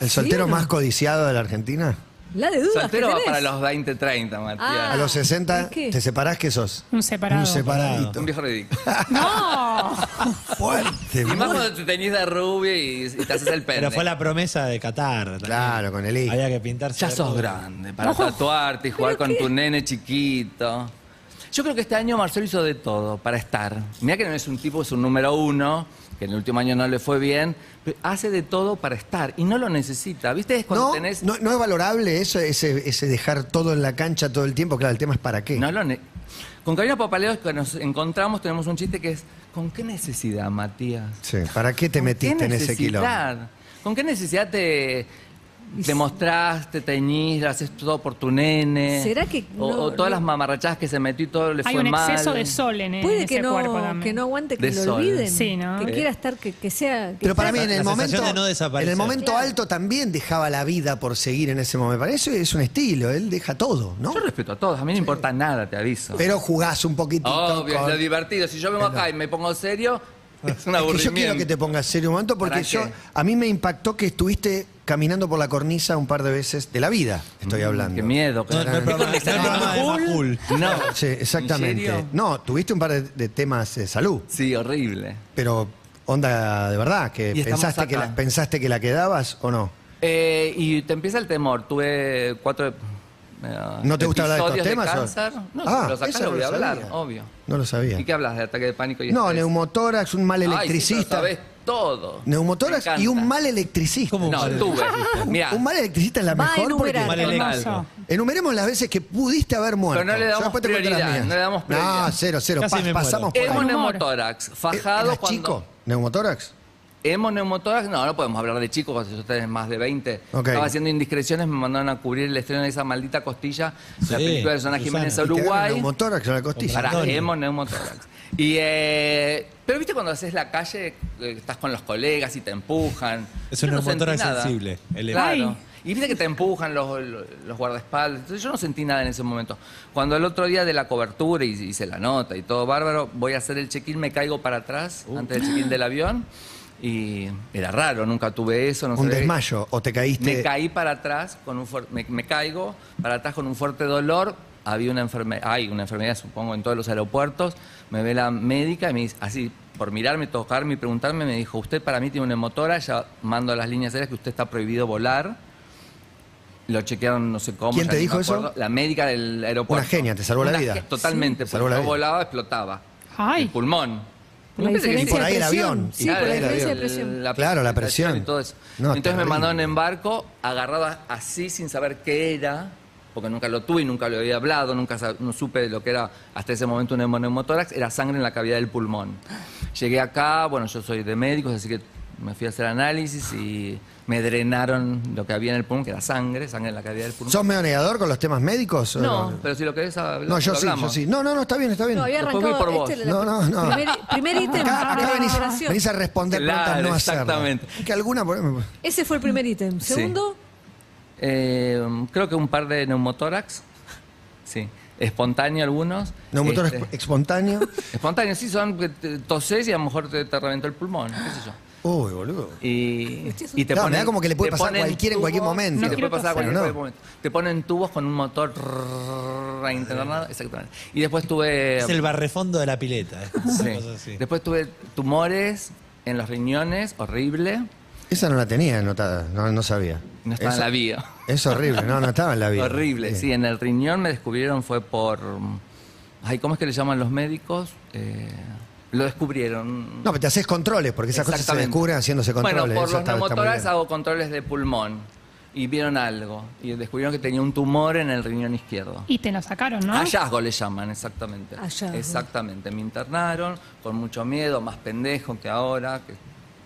Speaker 3: ¿El soltero
Speaker 7: ¿o no?
Speaker 3: más codiciado de la Argentina?
Speaker 7: La de dudas
Speaker 6: Soltero
Speaker 7: que
Speaker 6: va
Speaker 7: tenés.
Speaker 6: para los 20, 30, Matías.
Speaker 7: Ah.
Speaker 3: A los 60,
Speaker 7: ¿y qué?
Speaker 3: ¿te separás qué sos?
Speaker 1: Un separado.
Speaker 3: Un separadito.
Speaker 6: Un viejo
Speaker 3: *laughs*
Speaker 6: ridículo.
Speaker 1: ¡No!
Speaker 3: Fuerte.
Speaker 6: Y más cuando te teñís de rubia y, y te haces el pelo.
Speaker 5: Pero fue la promesa de Qatar. también.
Speaker 3: Claro, con el hijo.
Speaker 5: Había que pintarse.
Speaker 6: Ya
Speaker 5: de
Speaker 6: sos
Speaker 5: rubio.
Speaker 6: grande para tatuarte y jugar con tu nene chiquito. Yo creo que este año Marcelo hizo de todo para estar. Mira que no es un tipo, es un número uno, que en el último año no le fue bien, pero hace de todo para estar y no lo necesita. ¿Viste? Es cuando
Speaker 3: ¿No?
Speaker 6: tenés.
Speaker 3: ¿No, no es valorable eso, ese, ese dejar todo en la cancha todo el tiempo? Claro, el tema es para qué.
Speaker 6: no lo ne- Con Karina Papaleo, que nos encontramos, tenemos un chiste que es: ¿con qué necesidad, Matías?
Speaker 3: Sí, ¿Para qué te
Speaker 6: ¿Con qué
Speaker 3: metiste en ese kilo?
Speaker 6: necesidad? ¿Con qué necesidad te, te mostrás, te teñís, haces todo por tu nene?
Speaker 7: ¿Será que
Speaker 6: O, o
Speaker 7: no-
Speaker 6: todas
Speaker 7: no-
Speaker 6: las mamarrachadas que se metió y todo le
Speaker 1: Hay
Speaker 6: fue
Speaker 1: un
Speaker 6: mal.
Speaker 1: exceso de sol en, en
Speaker 7: Puede
Speaker 1: ese
Speaker 7: que
Speaker 1: cuerpo
Speaker 7: no,
Speaker 1: también.
Speaker 7: que no aguante que
Speaker 6: De
Speaker 7: lo
Speaker 6: sol.
Speaker 7: olviden.
Speaker 1: Sí, ¿no?
Speaker 7: Que
Speaker 1: Eh.
Speaker 7: quiera estar, que, que sea. que
Speaker 3: Pero para mí
Speaker 7: sea-
Speaker 3: en el
Speaker 5: La sensación
Speaker 3: momento,
Speaker 5: de no
Speaker 3: en
Speaker 5: desaparecer.
Speaker 3: el momento
Speaker 7: Claro.
Speaker 3: alto también dejaba la vida por seguir en ese momento. Para eso es un estilo, él deja todo, ¿no?
Speaker 6: Yo respeto a todos, a mí no importa nada, te aviso.
Speaker 3: Pero jugás un poquitito.
Speaker 6: Obvio, es
Speaker 3: con- Ah,
Speaker 6: lo divertido. Si yo vengo acá y me pongo serio, es un
Speaker 3: Es que yo
Speaker 6: aburrimiento.
Speaker 3: quiero que te pongas serio un momento porque
Speaker 6: ¿Para
Speaker 3: yo
Speaker 6: qué?
Speaker 3: a mí me impactó que estuviste caminando por la cornisa un par de veces de la vida, estoy hablando.
Speaker 6: Mm, Qué miedo.
Speaker 5: No, no es
Speaker 6: ¿Qué
Speaker 5: programa, no es
Speaker 6: contestaste,
Speaker 5: programa de
Speaker 6: Majul?
Speaker 5: Majul.
Speaker 6: No.
Speaker 3: Sí,
Speaker 6: ¿En
Speaker 3: exactamente.
Speaker 6: serio?
Speaker 3: No, tuviste un par de, de temas de salud,
Speaker 6: Sí, horrible.
Speaker 3: pero onda de verdad, que
Speaker 6: Y estamos
Speaker 3: pensaste que,
Speaker 6: acá.
Speaker 3: la, pensaste que la quedabas o no.
Speaker 6: Eh, y te empieza el temor. Tuve cuatro. eh,
Speaker 3: ¿No te gusta hablar de estos
Speaker 6: episodios
Speaker 3: temas, o?
Speaker 6: cáncer. No,
Speaker 3: Ah,
Speaker 6: si los acá
Speaker 3: eso
Speaker 6: lo
Speaker 3: no
Speaker 6: voy a
Speaker 3: lo
Speaker 6: hablar,
Speaker 3: sabía.
Speaker 6: obvio.
Speaker 3: No lo sabía.
Speaker 6: ¿Y qué hablas de ataque de pánico y
Speaker 3: No,
Speaker 6: estrés?
Speaker 3: neumotórax, un mal
Speaker 6: Ay, sí,
Speaker 3: electricista.
Speaker 6: lo sabés todo.
Speaker 3: neumotórax
Speaker 6: Me encanta.
Speaker 3: y un mal electricista.
Speaker 5: ¿Cómo?
Speaker 6: No,
Speaker 7: *laughs*
Speaker 6: tuve.
Speaker 3: Un-
Speaker 6: Mirá.
Speaker 3: Un mal electricista es la
Speaker 7: Va a
Speaker 3: mejor porque
Speaker 7: enumerar.
Speaker 5: Mal electo.
Speaker 1: Hermoso.
Speaker 3: Enumeremos las veces que pudiste haber muerto.
Speaker 6: Pero no le
Speaker 3: Yo
Speaker 6: damos
Speaker 3: después te cuento las
Speaker 6: prioridad,
Speaker 3: mías.
Speaker 6: no le damos prioridad.
Speaker 3: No, cero, cero.
Speaker 5: Casi
Speaker 3: pas-
Speaker 5: me muero.
Speaker 3: pasamos por
Speaker 6: Hemo
Speaker 3: ahí.
Speaker 6: neumotórax. Fajado
Speaker 3: Eh, ¿Eras
Speaker 6: cuando.
Speaker 3: chico? ¿Neumotórax?
Speaker 6: Hemo neumotórax, no, no podemos hablar de chicos, cuando ustedes más de 20.
Speaker 3: Ok.
Speaker 6: Estaba haciendo indiscreciones, me mandaron a cubrir el estreno de esa maldita costilla,
Speaker 5: Sí,
Speaker 6: la película de Susana Jiménez a
Speaker 5: Susana.
Speaker 3: ¿Y te dieron
Speaker 6: Uruguay. eh,
Speaker 3: ¿Neumotórax en la costilla?
Speaker 6: Para
Speaker 5: Antonio.
Speaker 6: hemo neumotórax. Y, eh, pero viste cuando haces la calle, eh, estás con los colegas y te empujan.
Speaker 5: Es
Speaker 6: Yo
Speaker 5: un
Speaker 6: no sentí
Speaker 5: neumotórax
Speaker 6: nada.
Speaker 5: sensible, el hemo.
Speaker 6: Claro.
Speaker 1: Ay.
Speaker 6: Y viste que te empujan los, los- los guardaespaldas. Entonces yo no sentí nada en ese momento. Cuando el otro día de la cobertura y hice la nota y todo bárbaro, voy a hacer el check-in, me caigo para atrás antes del check-in del avión. Y era raro, nunca tuve eso. No
Speaker 3: ¿Un
Speaker 6: sabía-
Speaker 3: desmayo? ¿O te caíste?
Speaker 6: me caí para atrás con un fuerte, me, me caigo para atrás con un fuerte dolor. Había una enfermedad, hay una enfermedad supongo en todos los aeropuertos. Me ve la médica y me dice, así, por mirarme, tocarme y preguntarme, me dijo, usted para mí tiene una motora, ya mando a las líneas aéreas que usted está prohibido volar. Lo chequearon no sé cómo.
Speaker 3: ¿Quién
Speaker 6: ya
Speaker 3: te
Speaker 6: ni me
Speaker 3: dijo eso?
Speaker 6: acuerdo. La médica del aeropuerto.
Speaker 3: Una genia, te salvó la
Speaker 6: Una
Speaker 3: vida.
Speaker 6: ge- Totalmente,
Speaker 3: Sí.
Speaker 6: porque
Speaker 3: Salvó la
Speaker 6: no
Speaker 3: vida.
Speaker 6: volaba, explotaba. El
Speaker 1: Ay,
Speaker 6: pulmón.
Speaker 7: Por la
Speaker 6: Me parece que
Speaker 3: Y
Speaker 7: diferencia
Speaker 3: por
Speaker 7: de
Speaker 3: ahí el
Speaker 7: presión.
Speaker 3: avión.
Speaker 7: Sí,
Speaker 3: Y
Speaker 7: por
Speaker 3: por
Speaker 7: la
Speaker 3: ahí el
Speaker 7: diferencia de
Speaker 3: avión.
Speaker 7: presión.
Speaker 3: Claro, la
Speaker 6: Y
Speaker 3: presión.
Speaker 6: todo eso.
Speaker 3: No,
Speaker 6: Entonces me
Speaker 3: terrible.
Speaker 6: mandaron en barco, agarrada así, sin saber qué era, porque nunca lo tuve y nunca lo había hablado, nunca sab- no supe lo que era hasta ese momento un hemo- neumotórax, era sangre en la cavidad del pulmón. Llegué acá, bueno, yo soy de médicos, así que me fui a hacer análisis y me drenaron lo que había en el pulmón, que era sangre, sangre en la cavidad del pulmón.
Speaker 3: ¿Sos medio negador con los temas médicos? ¿O
Speaker 6: no, pero si lo querés hablar,
Speaker 3: No, yo
Speaker 6: lo
Speaker 3: sí, yo
Speaker 6: hablamos.
Speaker 3: sí. No, no, no, está bien, está bien.
Speaker 7: No, había
Speaker 6: Después
Speaker 7: arrancado.
Speaker 6: voy por
Speaker 7: este
Speaker 6: vos.
Speaker 7: la-
Speaker 3: No, no, no.
Speaker 7: Primer, primer ítem.
Speaker 3: Acá, acá
Speaker 7: de
Speaker 3: venís,
Speaker 7: preparación.
Speaker 3: venís a responder
Speaker 6: Claro,
Speaker 3: preguntas, no hacerlas.
Speaker 6: exactamente.
Speaker 3: Que alguna... por-
Speaker 7: Ese fue el primer ítem.
Speaker 6: Sí.
Speaker 7: Segundo,
Speaker 6: Eh, creo que un par de neumotórax, sí, espontáneo algunos.
Speaker 3: Neumotor
Speaker 6: Este,
Speaker 3: esp- espontáneo.
Speaker 6: Espontáneo, sí, son que te- tosés y a lo mejor te, te reventó el pulmón, qué sé yo.
Speaker 3: Uy, boludo.
Speaker 6: Y, y te
Speaker 3: Este Claro,
Speaker 6: ponen,
Speaker 3: me da como que le puede
Speaker 6: te
Speaker 3: pasar
Speaker 6: ponen
Speaker 3: cualquiera en cualquier
Speaker 6: tubos-
Speaker 3: momento.
Speaker 6: sí,
Speaker 1: No
Speaker 6: te puede
Speaker 1: quiero
Speaker 6: pasar
Speaker 1: toser.
Speaker 6: cualquier
Speaker 3: Pero no.
Speaker 6: momento. Te ponen tubos con un motor trrrr, a internar- exactamente. Y después tuve
Speaker 5: Es el barrefondo de la pileta. es *laughs* una
Speaker 6: sí.
Speaker 5: cosa así.
Speaker 6: después tuve tumores en los riñones, horrible.
Speaker 3: Esa no la tenía anotada, no, no sabía.
Speaker 6: No estaba en
Speaker 3: Esa-
Speaker 6: la vía.
Speaker 3: Es horrible, no, no estaba en la vida.
Speaker 6: Horrible, sí. En el riñón me descubrieron fue por... Ay, ¿cómo es que le llaman los médicos? Eh, lo descubrieron.
Speaker 3: No, pero te haces controles, porque esas cosas se
Speaker 6: Exactamente.
Speaker 3: descubren haciéndose controles.
Speaker 6: Bueno, por
Speaker 3: eso
Speaker 6: los
Speaker 3: está- está muy
Speaker 6: neumotoras
Speaker 3: bien.
Speaker 6: hago controles de pulmón. Y vieron algo. Y descubrieron que tenía un tumor en el riñón izquierdo.
Speaker 1: y te lo sacaron, ¿no?
Speaker 6: Hallazgo le llaman, exactamente.
Speaker 7: Hallazgo.
Speaker 6: Exactamente. Me internaron con mucho miedo, más pendejo que ahora, que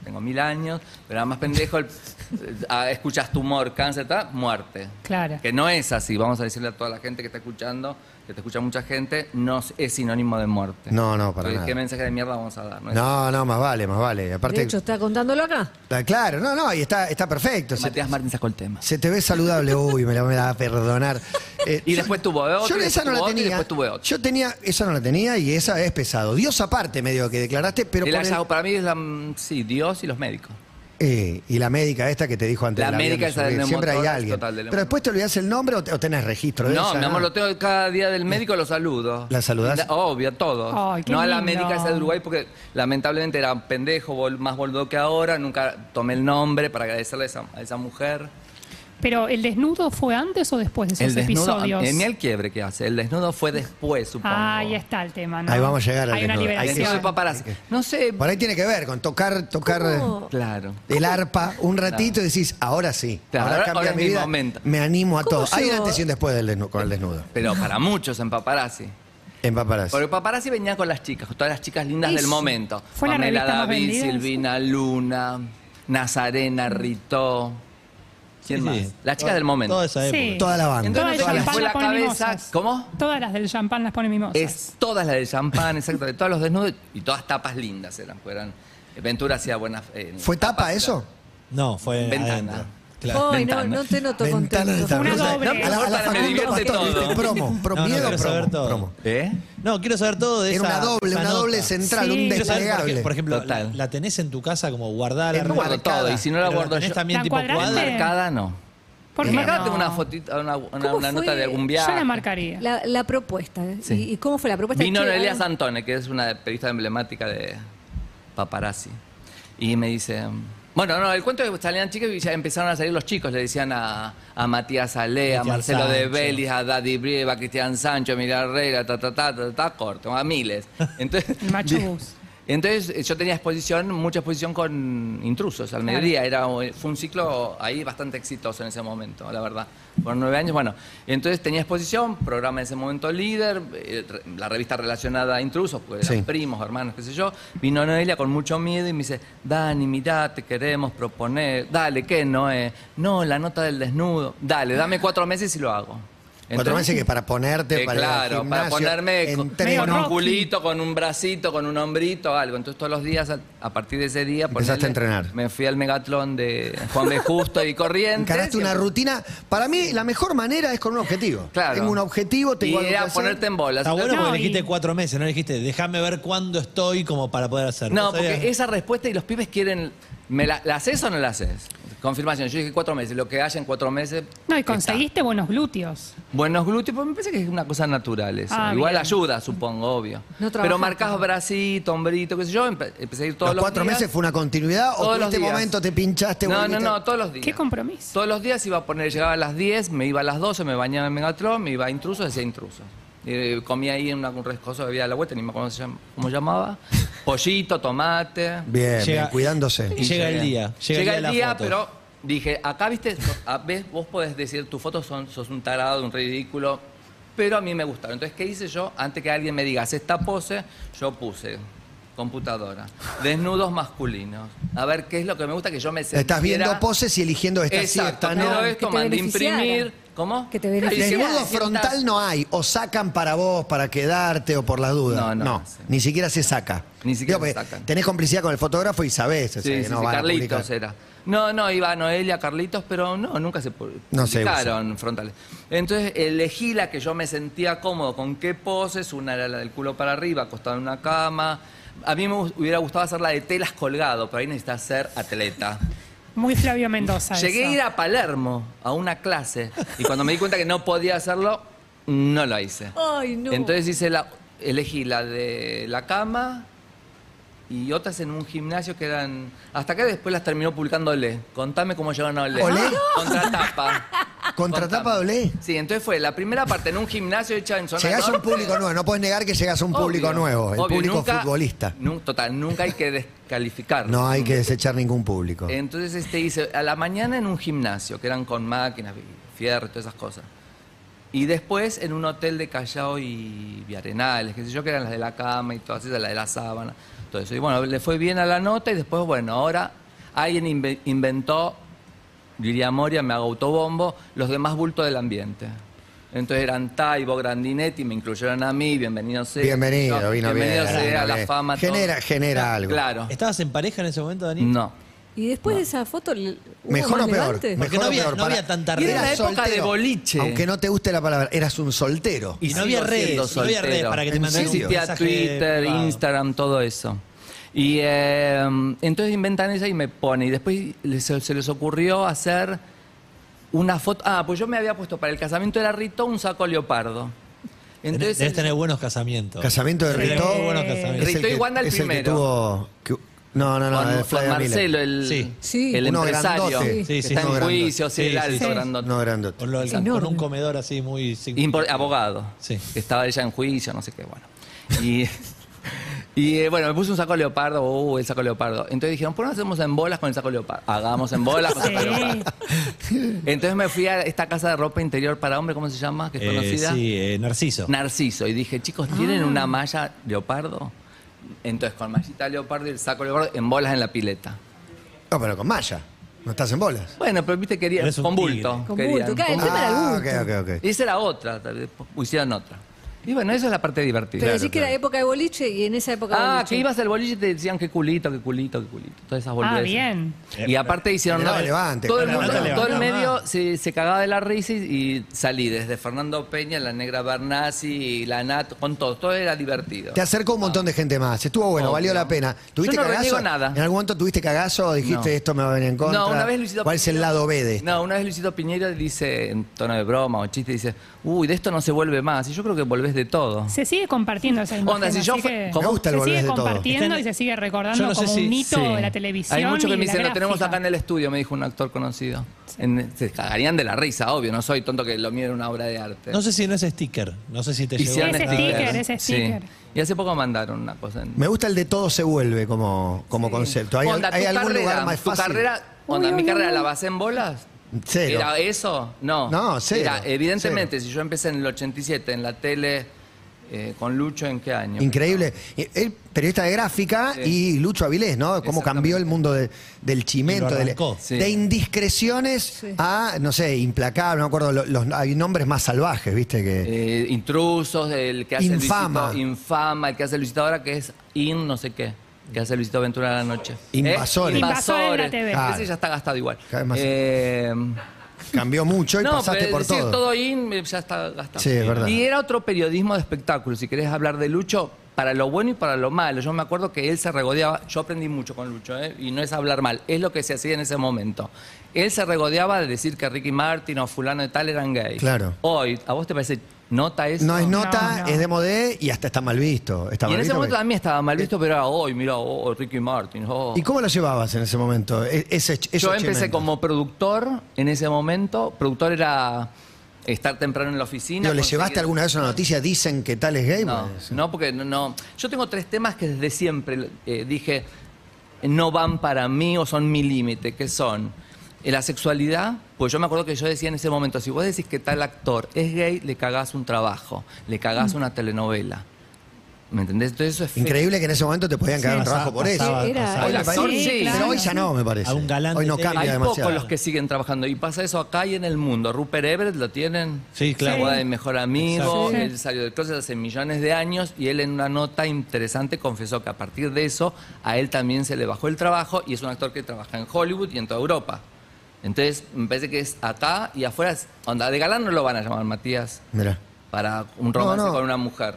Speaker 6: tengo mil años, pero era más pendejo. el- *laughs* ah, escuchas tumor, cáncer, tal, muerte.
Speaker 1: Claro.
Speaker 6: Que no es así, vamos a decirle a toda la gente que está escuchando que te escucha mucha gente, no es- es sinónimo de muerte.
Speaker 3: No, no, para
Speaker 6: Porque
Speaker 3: nada.
Speaker 6: ¿Qué mensaje de mierda vamos a dar? No, es-
Speaker 3: No, no, más vale, más vale.
Speaker 7: De
Speaker 3: Aparte,
Speaker 7: hecho, está contándolo acá.
Speaker 3: Ah, claro, no, no, y está, está perfecto. Se,
Speaker 6: Matías Martín sacó el tema.
Speaker 3: se te ve saludable, uy, me la me la va a perdonar.
Speaker 6: *laughs*
Speaker 3: Eh,
Speaker 6: Y
Speaker 3: yo-
Speaker 6: después tuvo otra,
Speaker 3: Yo
Speaker 6: y
Speaker 3: esa
Speaker 6: después
Speaker 3: no la
Speaker 6: tuvo otra, y
Speaker 3: tenía.
Speaker 6: después tuve otra.
Speaker 3: Yo tenía, esa no la tenía y esa es pesado. Dios aparte, medio que declaraste, pero.
Speaker 6: El
Speaker 3: por el-
Speaker 6: hallazgo para mí es la, mm, sí, Dios y los médicos.
Speaker 3: Eh, y la médica esta que te dijo antes.
Speaker 6: La
Speaker 3: del avión
Speaker 6: médica
Speaker 3: de
Speaker 6: esa
Speaker 3: subir.
Speaker 6: del
Speaker 3: Siempre hay
Speaker 6: neumotórax,
Speaker 3: alguien.
Speaker 6: total, del
Speaker 3: pero después te olvidás el nombre o, te- o tenés registro de
Speaker 6: No,
Speaker 3: esa,
Speaker 6: mi amor, lo tengo cada día del médico, lo saludo.
Speaker 3: ¿La saludás?
Speaker 6: Da- Obvio, a todos.
Speaker 1: Ay, qué
Speaker 6: no a la
Speaker 1: lindo.
Speaker 6: médica esa de Uruguay, porque lamentablemente era un pendejo, bol- más boludo que ahora. Nunca tomé el nombre para agradecerle a esa, a esa mujer.
Speaker 1: Pero el desnudo fue antes o después de esos
Speaker 6: el desnudo,
Speaker 1: episodios.
Speaker 6: en el quiebre que hace. El desnudo fue después, supongo.
Speaker 1: Ah, ahí está el tema, ¿no?
Speaker 3: Ahí vamos a llegar al
Speaker 1: Hay una
Speaker 3: desnudo.
Speaker 6: El
Speaker 3: Ahí
Speaker 6: desnudo
Speaker 1: liberación.
Speaker 6: de paparazzi. No sé.
Speaker 3: Por ahí tiene que ver con tocar, tocar
Speaker 7: ¿Cómo?
Speaker 6: Claro.
Speaker 3: el arpa un ratito y decís, ahora sí.
Speaker 6: Claro, ahora-
Speaker 3: cambia
Speaker 6: ahora es
Speaker 3: mi
Speaker 6: mi
Speaker 3: vida.
Speaker 6: momento.
Speaker 3: Me animo a
Speaker 7: ¿Cómo
Speaker 3: todo. Hay un
Speaker 7: llegó?
Speaker 3: antes y un después del desnudo, con el desnudo.
Speaker 6: Pero para muchos en paparazzi.
Speaker 3: En paparazzi.
Speaker 6: Porque paparazzi venía con las chicas, con todas las chicas lindas
Speaker 1: Y
Speaker 6: del
Speaker 1: sí.
Speaker 6: momento.
Speaker 1: Fue la
Speaker 6: Pamela
Speaker 1: revista más
Speaker 6: David,
Speaker 1: vendida, Mm.
Speaker 6: Silvina Luna, Nazarena, Rito. ¿Quién
Speaker 5: Sí,
Speaker 6: más?
Speaker 5: sí.
Speaker 6: Las chicas
Speaker 5: Toda-
Speaker 6: del momento.
Speaker 5: Toda esa época.
Speaker 1: Sí.
Speaker 3: Toda la banda.
Speaker 1: Todas
Speaker 6: Entonces,
Speaker 1: las
Speaker 6: se les
Speaker 1: champán
Speaker 6: fue
Speaker 1: las
Speaker 6: la
Speaker 1: ponen
Speaker 6: cabeza.
Speaker 1: mimosas.
Speaker 6: ¿Cómo?
Speaker 1: Todas las del champán las ponen mimosas.
Speaker 6: Es todas las del champán, exacto, de todos los desnudos y todas tapas lindas eran. porque eran Ventura hacía buenas. eh,
Speaker 3: ¿Fue tapa
Speaker 6: tapas,
Speaker 3: eso?
Speaker 5: No, fue
Speaker 6: Ventana.
Speaker 5: adentro. Claro.
Speaker 7: Ay, no,
Speaker 6: Ventana.
Speaker 7: no te noto
Speaker 3: Ventana
Speaker 7: contento.
Speaker 3: de
Speaker 1: Una
Speaker 3: tabla.
Speaker 1: doble.
Speaker 3: A la- A la
Speaker 6: Me
Speaker 3: Facundo
Speaker 6: divierte
Speaker 3: Pastor,
Speaker 6: todo.
Speaker 3: ¿viste? Promo,
Speaker 5: No, no,
Speaker 3: promo, miedo,
Speaker 5: quiero saber
Speaker 3: promo,
Speaker 5: todo.
Speaker 3: promo.
Speaker 6: ¿Eh?
Speaker 5: No, quiero saber todo de
Speaker 3: Era
Speaker 5: esa
Speaker 3: una doble,
Speaker 5: esa
Speaker 3: una
Speaker 5: nota.
Speaker 3: doble central,
Speaker 1: Sí.
Speaker 3: un
Speaker 5: Quiero saber, por ej-
Speaker 3: desplegable.
Speaker 5: por ejemplo, la,
Speaker 6: Total.
Speaker 5: la tenés en tu casa como guardada.
Speaker 3: Es
Speaker 5: la
Speaker 6: Yo guardo
Speaker 3: marcada.
Speaker 6: todo y si no la
Speaker 5: Pero
Speaker 6: guardo
Speaker 5: tenés
Speaker 6: yo.
Speaker 5: también
Speaker 1: La
Speaker 5: tipo
Speaker 1: cuadrada.
Speaker 5: cuadra.
Speaker 6: Marcada no.
Speaker 1: ¿Por qué
Speaker 6: Marcada
Speaker 1: no?
Speaker 6: tengo una fotita, una, una,
Speaker 7: ¿Cómo
Speaker 6: una nota
Speaker 7: fue?
Speaker 6: de algún
Speaker 1: Yo
Speaker 6: viaje.
Speaker 1: la marcaría.
Speaker 7: La, la propuesta. ¿eh?
Speaker 6: Sí.
Speaker 7: ¿Y, y cómo fue la propuesta?
Speaker 6: Vino
Speaker 7: Che,
Speaker 6: Elías
Speaker 7: hagan-
Speaker 6: Antone, que es una periodista emblemática de paparazzi. Y me dice. Bueno, no, el cuento es que salían chicas y ya empezaron a salir los chicos. Le decían a, a Matías Ale, a
Speaker 5: Cristian
Speaker 6: Marcelo de
Speaker 5: Sancho.
Speaker 6: Vélez, a Daddy Brieva, a Cristian Sancho, a Miguel Herrera, ta, ta, ta, ta, ta, corto, a
Speaker 7: *laughs*
Speaker 6: miles. Entonces,
Speaker 1: Y machus.
Speaker 6: entonces eh, yo tenía exposición, mucha exposición con intrusos al mediodía. Era, eh, fue un ciclo ahí bastante exitoso en ese momento, la verdad. Por nueve años, bueno. Entonces tenía exposición, programa en ese momento líder, eh, re- la revista relacionada a intrusos, pues eran
Speaker 3: Sí.
Speaker 6: primos, hermanos, qué sé yo. Vino Noelia con mucho miedo y me dice, Dani, mirá, te queremos proponer. Dale, ¿qué, Noé? No, la nota del desnudo. Dale, dame cuatro meses y lo hago.
Speaker 3: Cuatro
Speaker 6: Entonces-
Speaker 3: meses que para ponerte,
Speaker 6: eh,
Speaker 3: para ir al
Speaker 6: claro, para
Speaker 3: gimnasio,
Speaker 6: ponerme con,
Speaker 3: entreno.
Speaker 1: Medio
Speaker 6: con un
Speaker 1: Rocky.
Speaker 6: culito, con un bracito, con un hombrito, algo. Entonces todos los días, a, a partir de ese día...
Speaker 3: Empezaste a entrenar.
Speaker 6: Me fui al megatlón de Juan B. Justo y Corrientes.
Speaker 3: Encaraste una rutina. Para mí, la mejor manera es con un objetivo.
Speaker 6: Claro.
Speaker 3: Tengo un objetivo, tengo
Speaker 6: Y
Speaker 3: algo que
Speaker 6: era
Speaker 3: hacer.
Speaker 6: ponerte en bolas.
Speaker 5: Está bueno
Speaker 1: No,
Speaker 5: porque
Speaker 1: y-
Speaker 5: le dijiste cuatro meses, no le dijiste, déjame ver cuándo estoy como para poder hacerlo.
Speaker 6: No,
Speaker 5: ¿Vos sabías?
Speaker 6: porque esa respuesta y los pibes quieren... ¿Me la, ¿la haces o no la haces? Confirmación. Yo dije cuatro meses. Lo que haya en cuatro meses...
Speaker 1: No, y
Speaker 6: está.
Speaker 1: conseguiste buenos glúteos.
Speaker 6: Buenos glúteos, pues me parece que es una cosa natural eso.
Speaker 1: Ah,
Speaker 6: Igual
Speaker 1: bien.
Speaker 6: ayuda, supongo, obvio.
Speaker 7: No
Speaker 6: Pero
Speaker 7: trabajaste.
Speaker 6: marcas bracito, hombrito, qué sé yo. empe- Empecé a ir todos
Speaker 3: ¿Los
Speaker 6: los,
Speaker 3: cuatro
Speaker 6: días.
Speaker 3: meses fue una continuidad o
Speaker 6: Todos
Speaker 3: en
Speaker 6: los
Speaker 3: este
Speaker 6: días.
Speaker 3: momento te pinchaste?
Speaker 6: No, no,
Speaker 3: volviste?
Speaker 6: no, todos los días.
Speaker 1: Qué compromiso.
Speaker 6: Todos los días iba a poner, llegaba a las 10, me iba a las 12, me bañaba en Megatron, me iba a intrusos, decía intrusos. Eh, comía ahí en una, un rescoso, bebía a la vuelta, ni me acuerdo cómo se llama-
Speaker 3: *laughs*
Speaker 6: cómo llamaba. Pollito, tomate.
Speaker 3: Bien, bien,
Speaker 5: Llega-
Speaker 3: cuidándose.
Speaker 5: Y llega el día, llega el día de la foto.
Speaker 6: pero dije, acá viste, so- a ves, vos podés decir, tus fotos son, sos un tarado, un ridículo, pero a mí me gustaron. Entonces, ¿qué hice yo? Antes que alguien me diga, haz esta pose, yo puse computadora, desnudos masculinos. A ver qué es lo que me gusta que yo me sintiera.
Speaker 3: Estás viendo poses y eligiendo esta sí,
Speaker 6: Exacto,
Speaker 3: esta
Speaker 6: pero
Speaker 3: no.
Speaker 6: esto
Speaker 7: Que te
Speaker 6: mandé
Speaker 7: beneficiara.
Speaker 6: imprimir. ¿Cómo?
Speaker 7: Que te
Speaker 6: Claro, y si vos
Speaker 3: Desnudo
Speaker 6: te sientas-
Speaker 3: frontal no hay. O sacan para vos, para quedarte o por las dudas. No,
Speaker 6: No, no, sí.
Speaker 3: ni siquiera se saca.
Speaker 6: Ni siquiera
Speaker 3: Digo,
Speaker 6: se
Speaker 3: porque
Speaker 6: sacan.
Speaker 3: Tenés complicidad con el fotógrafo y sabés. o sea,
Speaker 6: Sí,
Speaker 3: que
Speaker 6: sí,
Speaker 3: no
Speaker 6: sí,
Speaker 3: van a
Speaker 6: Carlitos eh,
Speaker 3: publicar.
Speaker 6: era. No, no, iba Noelia, Carlitos, pero no, nunca se pu-
Speaker 3: No se
Speaker 6: publicaron frontales. Entonces elegí la que yo me sentía cómodo, con qué poses, una era la del culo para arriba, acostada en una cama. A mí me hu- hubiera gustado hacer la de telas colgado, pero ahí necesitas ser
Speaker 3: *laughs*
Speaker 6: atleta.
Speaker 1: Muy Flavio Mendoza.
Speaker 6: Llegué
Speaker 1: eso.
Speaker 6: a ir a Palermo a una clase y cuando me di cuenta que no podía hacerlo, no lo hice.
Speaker 3: Oh,
Speaker 7: Ay, no.
Speaker 6: Entonces hice la, elegí la de la cama y otras en un gimnasio que eran. Hasta que después las terminó publicando Olé. Contame cómo llegaron a Olé. Ah,
Speaker 3: ¿Olé?
Speaker 6: Contratapa.
Speaker 3: ¿Contratapa
Speaker 6: Contame.
Speaker 3: doble?
Speaker 6: Sí, entonces fue la primera parte en un gimnasio hecha en zona
Speaker 3: Llegás a un
Speaker 6: norte.
Speaker 3: público nuevo, no puedes negar que llegás a un
Speaker 6: Obvio,
Speaker 3: público nuevo, el
Speaker 6: obvio,
Speaker 3: público
Speaker 6: nunca-
Speaker 3: futbolista.
Speaker 6: nu- total, nunca hay que descalificar.
Speaker 3: No hay que desechar ningún público.
Speaker 6: Entonces este, hice a la mañana en un gimnasio, que eran con máquinas, fierro, todas esas cosas. Y después en un hotel de Callao y Viarenales, qué sé yo, que eran las de la cama y todas esas, la de la sábana, todo eso. Y bueno, le fue bien a la nota y después, bueno, ahora alguien inve- inventó, diría Moria, me hago autobombo, los demás bultos del ambiente. Entonces eran Taibo, Grandinetti, me incluyeron a mí, bienvenido sea.
Speaker 3: Bienvenido,
Speaker 6: Yo,
Speaker 3: vino
Speaker 6: bienvenido
Speaker 3: bien,
Speaker 6: sea,
Speaker 3: vino
Speaker 6: la
Speaker 3: bien.
Speaker 6: fama. todo.
Speaker 3: Genera- genera algo.
Speaker 6: Claro.
Speaker 5: ¿Estabas en pareja en ese momento, Dani?
Speaker 6: No.
Speaker 7: Y después de esa foto, l- ¿hubo
Speaker 3: Mejor
Speaker 7: más
Speaker 3: o peor.
Speaker 7: levante?
Speaker 5: Porque
Speaker 3: mejor
Speaker 5: no
Speaker 3: o
Speaker 5: había-
Speaker 3: peor,
Speaker 5: no
Speaker 3: pará.
Speaker 5: había tanta red.
Speaker 6: Era la época de boliche.
Speaker 3: Aunque no te guste la palabra, eras un soltero.
Speaker 5: Y no había
Speaker 6: sigo
Speaker 5: redes,
Speaker 6: siendo
Speaker 5: no había redes
Speaker 6: soltero.
Speaker 5: para que te
Speaker 3: ¿En
Speaker 5: mandaran un
Speaker 3: serio?
Speaker 6: existía
Speaker 5: mensaje
Speaker 6: Twitter,
Speaker 5: privado.
Speaker 6: Instagram, todo eso. Y eh, entonces inventan esa y me pone. Y después les- se, les ocurrió hacer una foto. Ah, pues yo me había puesto para el casamiento de la Rito un saco leopardo.
Speaker 5: Tenés-
Speaker 6: Entonces,
Speaker 5: Debes tener buenos casamientos.
Speaker 3: Casamiento de
Speaker 5: Tenés
Speaker 3: Rito.
Speaker 5: muy buenos casamientos.
Speaker 3: Es
Speaker 6: Rito
Speaker 3: que-
Speaker 6: y Wanda el
Speaker 3: es que
Speaker 6: primero.
Speaker 3: tuvo, que- no, no, no,
Speaker 6: con,
Speaker 3: de
Speaker 6: con
Speaker 3: Flavia Miller.
Speaker 6: Marcelo, el,
Speaker 5: Sí.
Speaker 7: Sí.
Speaker 6: el
Speaker 3: Uno
Speaker 6: empresario.
Speaker 3: grandote.
Speaker 6: que
Speaker 5: Sí, sí,
Speaker 3: uno
Speaker 6: está en
Speaker 3: grandote.
Speaker 6: juicio, sí,
Speaker 5: Sí,
Speaker 6: el alto,
Speaker 5: sí.
Speaker 6: grandote.
Speaker 3: No, grandote.
Speaker 5: Con, lo del- con
Speaker 7: Enorme.
Speaker 5: un comedor así muy... sin-
Speaker 6: Impor- abogado.
Speaker 5: Sí.
Speaker 6: Estaba ella en juicio, no sé qué, bueno. Y, *laughs* y, eh, bueno, me puse un saco leopardo, uh, el saco leopardo. Entonces dijeron, ¿por qué no hacemos en bolas con el saco leopardo? Hagamos en bolas con el saco leopardo. *laughs* Entonces me fui a esta casa de ropa interior para hombre, ¿cómo se llama? Que es
Speaker 5: Eh,
Speaker 6: conocida.
Speaker 5: sí, eh, Narciso.
Speaker 6: Narciso. Y dije, chicos, ¿tienen
Speaker 7: Ah.
Speaker 6: una malla leopardo? Entonces con mallita leopardo y el saco leopardo en bolas en la pileta.
Speaker 3: No, pero con Maya. No estás en bolas.
Speaker 6: Bueno, pero viste, quería
Speaker 5: Eres un
Speaker 6: con
Speaker 5: tigre.
Speaker 6: bulto.
Speaker 7: Con
Speaker 6: querían,
Speaker 7: bulto, claro,
Speaker 6: con
Speaker 7: el tema era
Speaker 3: Ah,
Speaker 7: el
Speaker 3: ok,
Speaker 7: bulto.
Speaker 3: ok, ok.
Speaker 6: Esa era otra, tal vez, hicieron otra. Y bueno, esa es la parte divertida.
Speaker 7: Pero decís que era época de boliche y en esa época de
Speaker 6: Ah,
Speaker 7: boliche.
Speaker 6: que ibas al boliche y te decían qué culito, qué culito, qué culito. Todas esas boludeces.
Speaker 1: Ah, bien.
Speaker 6: Y aparte hicieron...
Speaker 3: Mirá,
Speaker 6: no,
Speaker 3: levante,
Speaker 6: todo el
Speaker 3: claro,
Speaker 6: mundo,
Speaker 5: levante.
Speaker 6: todo el
Speaker 5: Levanta
Speaker 6: medio
Speaker 5: más.
Speaker 6: se, se cagaba de la risa y, y salí desde Fernando Peña, la negra Bernasi, la Nat, con todo. Todo era divertido.
Speaker 3: Te acercó un montón de gente más. Estuvo bueno,
Speaker 6: Obvio.
Speaker 3: valió la pena. ¿Tuviste
Speaker 6: Yo no
Speaker 3: cagazo?
Speaker 6: reniego nada.
Speaker 3: ¿En algún momento tuviste cagazo? ¿Dijiste
Speaker 6: No.
Speaker 3: esto me va a venir en contra?
Speaker 6: No, una vez Luisito
Speaker 3: ¿Cuál es el
Speaker 6: Piñera-
Speaker 3: lado B de esto?
Speaker 6: No, una vez Luisito Piñera dice, en tono de broma o chiste, dice, uy, de esto no se vuelve más. Y yo creo que volvés de todo.
Speaker 1: Se sigue compartiendo esa imagen.
Speaker 6: Onda, si yo
Speaker 1: así
Speaker 6: fue-
Speaker 1: que
Speaker 6: ¿Cómo?
Speaker 3: Me gusta el
Speaker 1: se
Speaker 3: volvés
Speaker 1: sigue
Speaker 3: de todo.
Speaker 1: compartiendo
Speaker 5: Está en-
Speaker 1: y se sigue recordando
Speaker 5: Yo no sé
Speaker 1: como
Speaker 5: si-
Speaker 1: un hito
Speaker 6: Sí.
Speaker 1: de la televisión.
Speaker 6: Hay muchos
Speaker 1: y
Speaker 6: que
Speaker 1: de
Speaker 6: me
Speaker 1: la
Speaker 6: dicen, lo tenemos
Speaker 1: gráfica".
Speaker 6: acá en el estudio, me dijo un actor conocido. En- se cagarían de la risa, obvio. No soy tonto que lo mire una obra de arte.
Speaker 5: No sé si no es sticker. No sé si te llegó.
Speaker 1: Hicieron Ese
Speaker 5: nada.
Speaker 1: sticker. ese sticker.
Speaker 6: Y hace poco mandaron una cosa. En...
Speaker 3: Me gusta el de todo se vuelve como, como concepto. ¿Hay,
Speaker 6: Onda,
Speaker 3: hay
Speaker 6: tu
Speaker 3: algún
Speaker 6: carrera,
Speaker 3: lugar más
Speaker 6: tu
Speaker 3: fácil?
Speaker 6: carrera,
Speaker 1: Uy,
Speaker 6: onda, mi
Speaker 1: uy,
Speaker 6: carrera
Speaker 1: uy.
Speaker 6: la basé en bolas.
Speaker 3: Cero.
Speaker 6: ¿Era eso? No.
Speaker 3: No, cero,
Speaker 6: Era, evidentemente, si yo empecé en el 87 en la tele eh, con Lucho, ¿en qué año?
Speaker 3: Increíble. Eh, Él, periodista de gráfica y Lucho Avilés, ¿no? Cómo
Speaker 6: Exactamente.
Speaker 3: cambió el mundo de- del
Speaker 5: Y
Speaker 3: chimento,
Speaker 5: lo
Speaker 3: del-
Speaker 5: arrancó.
Speaker 6: Sí.
Speaker 3: de indiscreciones a, no sé, implacable, no me acuerdo, lo- los, hay nombres más salvajes, ¿viste? que
Speaker 6: Eh, intrusos, el que hace
Speaker 3: Infama.
Speaker 6: Luisito, infama, el que hace Luisito ahora que es in no sé qué, que hace Luisito Ventura a la noche.
Speaker 3: Invasores.
Speaker 6: Eh,
Speaker 1: Invasores de la TV.
Speaker 3: Claro.
Speaker 6: Ese ya está gastado igual.
Speaker 3: Cada vez más.
Speaker 6: Eh,
Speaker 3: Cambió mucho y
Speaker 6: no,
Speaker 3: pasaste
Speaker 6: pero
Speaker 3: por
Speaker 6: decir
Speaker 3: todo.
Speaker 6: todo in eh, ya está gastado.
Speaker 3: Sí, es verdad.
Speaker 6: Y era otro periodismo de espectáculo, si querés hablar de Lucho, para lo bueno y para lo malo. Yo me acuerdo que él se regodeaba, yo aprendí mucho con Lucho, ¿eh? y no es hablar mal, es lo que se hacía en ese momento. Él se regodeaba de decir que Ricky Martin o fulano de tal eran gay.
Speaker 3: Claro.
Speaker 6: Hoy, ¿a vos te parece nota eso?
Speaker 3: No es nota,
Speaker 1: No, no.
Speaker 3: es de modé y hasta está mal visto. Está
Speaker 6: Y
Speaker 3: mal
Speaker 6: en ese
Speaker 3: visto
Speaker 6: momento
Speaker 3: porque-
Speaker 6: también estaba mal visto, pero era, hoy, mira, oh, Ricky Martin. oh".
Speaker 3: ¿Y cómo lo llevabas en ese momento? E- Ese, ch- esos
Speaker 6: Yo empecé
Speaker 3: chimentos.
Speaker 6: como productor en ese momento. Productor era estar temprano en la oficina.
Speaker 3: Digo, ¿Le
Speaker 6: conseguir-
Speaker 3: llevaste alguna vez una noticia? Dicen que tal es gay.
Speaker 6: No,
Speaker 3: Pues,
Speaker 6: no, porque no, no. Yo tengo tres temas que desde siempre eh, dije no van para mí o son mi límite, que son eh, la sexualidad, pues yo me acuerdo que yo decía en ese momento, si vos decís que tal actor es gay, le cagás un trabajo, le cagás una telenovela. ¿Me entendés? Entonces eso es feo.
Speaker 3: Increíble que en ese momento te podían cagar un
Speaker 5: pasaba-
Speaker 3: trabajo por eso.
Speaker 5: pasaba-
Speaker 7: Era-
Speaker 5: pasaba.
Speaker 3: Hoy me
Speaker 6: Hola,
Speaker 3: parece-
Speaker 6: sí,
Speaker 3: Pero
Speaker 1: claro.
Speaker 3: hoy ya no, me parece.
Speaker 5: A un galán
Speaker 3: hoy no
Speaker 5: de-
Speaker 3: cambia
Speaker 6: Hay
Speaker 3: demasiado.
Speaker 6: pocos los que siguen trabajando y pasa eso acá y en el mundo. Rupert Everett lo tienen.
Speaker 5: Sí, claro.
Speaker 6: La boda de mejor amigo,
Speaker 5: Exacto.
Speaker 1: Sí.
Speaker 6: él salió del closet hace millones de años y él en una nota interesante confesó que a partir de eso a él también se le bajó el trabajo y es un actor que trabaja en Hollywood y en toda Europa. Entonces me parece que es acá y afuera. es- Onda, de galán no lo van a llamar Matías
Speaker 3: Mirá.
Speaker 6: para un romance
Speaker 3: No, no.
Speaker 6: con una mujer.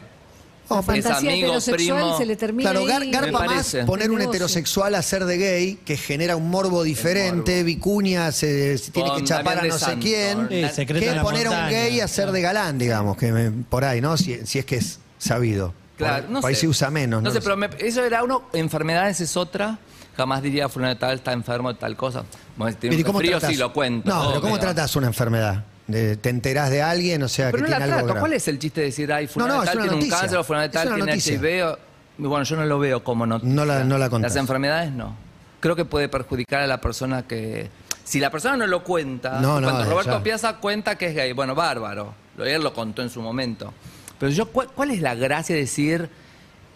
Speaker 3: No,
Speaker 6: Es
Speaker 7: Fantasía
Speaker 6: amigo,
Speaker 7: heterosexual
Speaker 6: primo.
Speaker 7: se le termina
Speaker 3: Claro, gar-
Speaker 7: ahí.
Speaker 6: Me
Speaker 3: garpa más
Speaker 6: parece.
Speaker 3: poner un
Speaker 7: Negocio.
Speaker 3: heterosexual a ser de gay que genera un morbo diferente, vicuña, se, se tiene que
Speaker 6: Con
Speaker 3: chapar a
Speaker 6: Damián
Speaker 3: no
Speaker 6: de
Speaker 3: sé
Speaker 6: Santo.
Speaker 3: quién.
Speaker 5: Sí, secreto
Speaker 3: que
Speaker 5: en la
Speaker 3: poner a un
Speaker 5: montaña.
Speaker 3: gay a ser de galán, digamos, que me- por ahí, ¿no? Si, si es que es sabido.
Speaker 6: Claro,
Speaker 3: por,
Speaker 6: no
Speaker 3: por ahí
Speaker 6: sé.
Speaker 3: se usa menos.
Speaker 6: No,
Speaker 3: ¿no?
Speaker 6: sé, pero me- eso era uno. Enfermedades es otra. Jamás diría fulano de tal está enfermo de tal cosa. Bueno,
Speaker 3: Pero
Speaker 6: tiene
Speaker 3: ¿y
Speaker 6: un
Speaker 3: cómo
Speaker 6: frío
Speaker 3: tratás?
Speaker 6: sí lo cuento.
Speaker 3: No, pero
Speaker 6: obvio.
Speaker 3: ¿cómo tratás una enfermedad? De- ¿Te enterás de alguien? O sea, Ah,
Speaker 6: Pero
Speaker 3: que
Speaker 6: no la
Speaker 3: tiene algo
Speaker 6: trato.
Speaker 3: grave.
Speaker 6: ¿Cuál es el chiste de decir, ay, fulano
Speaker 3: No, no,
Speaker 6: de
Speaker 3: es
Speaker 6: tal
Speaker 3: una
Speaker 6: tiene
Speaker 3: noticia.
Speaker 6: un cáncer o fulano de
Speaker 3: Es
Speaker 6: tal
Speaker 3: una
Speaker 6: tiene
Speaker 3: noticia.
Speaker 6: HIV? o- Bueno, yo no lo veo como noticia.
Speaker 3: No la- no la contás.
Speaker 6: Las enfermedades no. Creo que puede perjudicar a la persona que... Si la persona no lo cuenta,
Speaker 3: No, no,
Speaker 6: cuando
Speaker 3: ya.
Speaker 6: Roberto Piazza cuenta que es gay, bueno, bárbaro. Lo- Él lo contó en su momento. Pero yo, ¿cuál, cuál es la gracia de decir...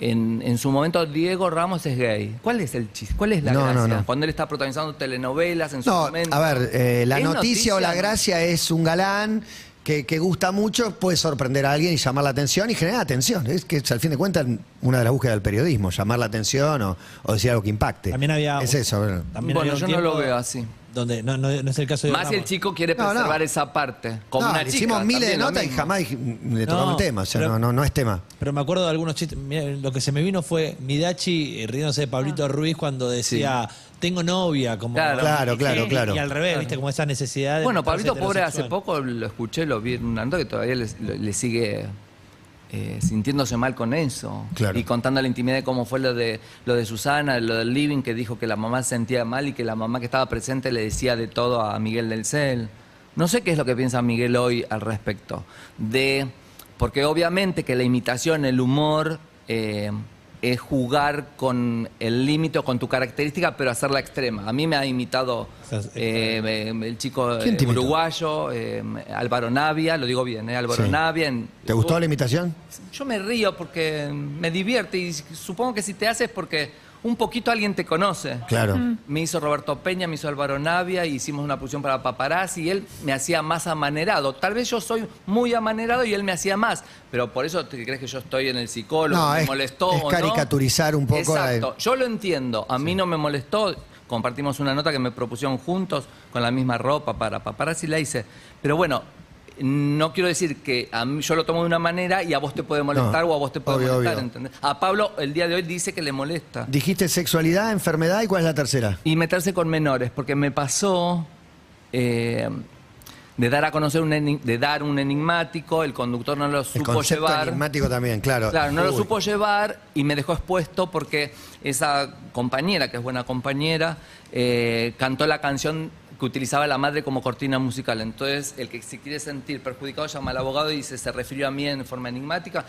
Speaker 6: En, en su momento Diego Ramos es gay. ¿Cuál es el chiste? ¿Cuál es la
Speaker 3: No, no,
Speaker 6: gracia?
Speaker 3: no.
Speaker 6: Cuando él está protagonizando telenovelas en su
Speaker 3: No,
Speaker 6: momento.
Speaker 3: a ver, eh, la
Speaker 6: ¿Es
Speaker 3: noticia, o la
Speaker 6: no?
Speaker 3: gracia es un galán que que, que gusta mucho puede sorprender a alguien y llamar la atención y generar atención. Es que es, al fin de cuentas una de las búsquedas del periodismo, llamar la atención o, o decir algo que impacte.
Speaker 5: También había.
Speaker 3: Es
Speaker 5: un-
Speaker 3: eso. bueno.
Speaker 5: también
Speaker 6: Bueno,
Speaker 5: había un
Speaker 6: yo no
Speaker 5: tiempo
Speaker 6: lo veo así.
Speaker 5: Donde no, no- no es el caso de.
Speaker 6: Más si
Speaker 5: Ramos.
Speaker 6: el chico quiere
Speaker 3: No, no.
Speaker 6: preservar esa parte. Como
Speaker 3: No,
Speaker 6: una
Speaker 3: le
Speaker 6: chica.
Speaker 3: hicimos miles de
Speaker 6: también lo
Speaker 3: notas y
Speaker 6: mismo.
Speaker 3: jamás dij- le tocamos
Speaker 5: No,
Speaker 3: el tema. O sea,
Speaker 5: pero-
Speaker 3: no, no, no es tema.
Speaker 5: Pero me acuerdo de algunos chistes. Mirá, lo que se me vino fue Midachi eh, riéndose de Pablito Ruiz cuando decía, tengo novia. Como,
Speaker 6: Ah. Claro.
Speaker 3: Claro, claro,
Speaker 5: Y-
Speaker 3: claro.
Speaker 5: Y al revés, ¿viste? Como esa necesidad de.
Speaker 6: Bueno,
Speaker 5: mostrarse
Speaker 6: Pablito Pobre hace
Speaker 5: heterosexual.
Speaker 6: poco lo escuché, lo vi en una nota que todavía le, le sigue eh, sintiéndose mal con eso.
Speaker 3: Claro.
Speaker 6: Y contando la intimidad de cómo fue lo de, lo de Susana, lo del living, que dijo que la mamá se sentía mal y que la mamá que estaba presente le decía de todo a Miguel del Cel. No sé qué es lo que piensa Miguel hoy al respecto. De. Porque obviamente que la imitación, el humor. eh, es jugar con el límite o con tu característica, pero hacerla extrema. A mí me ha imitado
Speaker 5: Esas extremas.
Speaker 6: eh, eh, el chico
Speaker 3: ¿Quién te
Speaker 6: eh,
Speaker 3: imitó?
Speaker 6: uruguayo, eh, Álvaro Navia, lo digo bien, eh, Álvaro
Speaker 3: Sí.
Speaker 6: Navia. en-
Speaker 3: ¿Te gustó la imitación?
Speaker 6: Yo me río porque me divierte y supongo que si te haces porque un poquito alguien te conoce.
Speaker 3: Claro.
Speaker 6: Me hizo Roberto Peña, me hizo Álvaro Navia, y hicimos una producción para Paparazzi y él me hacía más amanerado. Tal vez yo soy muy amanerado y él me hacía más, pero por eso te crees que yo estoy en el psicólogo,
Speaker 3: No,
Speaker 6: me
Speaker 3: es-
Speaker 6: molestó.
Speaker 3: es
Speaker 6: o no.
Speaker 3: caricaturizar un poco la-
Speaker 6: Exacto, yo lo entiendo, a mí no me molestó. Compartimos una nota que me propusieron juntos con la misma ropa para Paparazzi, la hice. Pero bueno, no quiero decir que a mí yo lo tomo de una manera y a vos te puede molestar
Speaker 3: No,
Speaker 6: o a vos te puede
Speaker 3: obvio,
Speaker 6: molestar,
Speaker 3: obvio.
Speaker 6: ¿entendés? A Pablo el día de hoy dice que le molesta.
Speaker 3: Dijiste sexualidad, enfermedad y cuál es la tercera.
Speaker 6: Y meterse con menores, porque me pasó eh, de dar a conocer un eni- de dar un enigmático, el conductor no lo
Speaker 3: El
Speaker 6: supo
Speaker 3: concepto
Speaker 6: llevar.
Speaker 3: enigmático también, claro.
Speaker 6: Claro, no lo
Speaker 3: Uy.
Speaker 6: supo llevar y me dejó expuesto porque esa compañera, que es buena compañera, eh, cantó la canción que utilizaba la madre como cortina musical. Entonces, el que se quiere sentir perjudicado llama al abogado y dice, se refirió a mí en forma enigmática.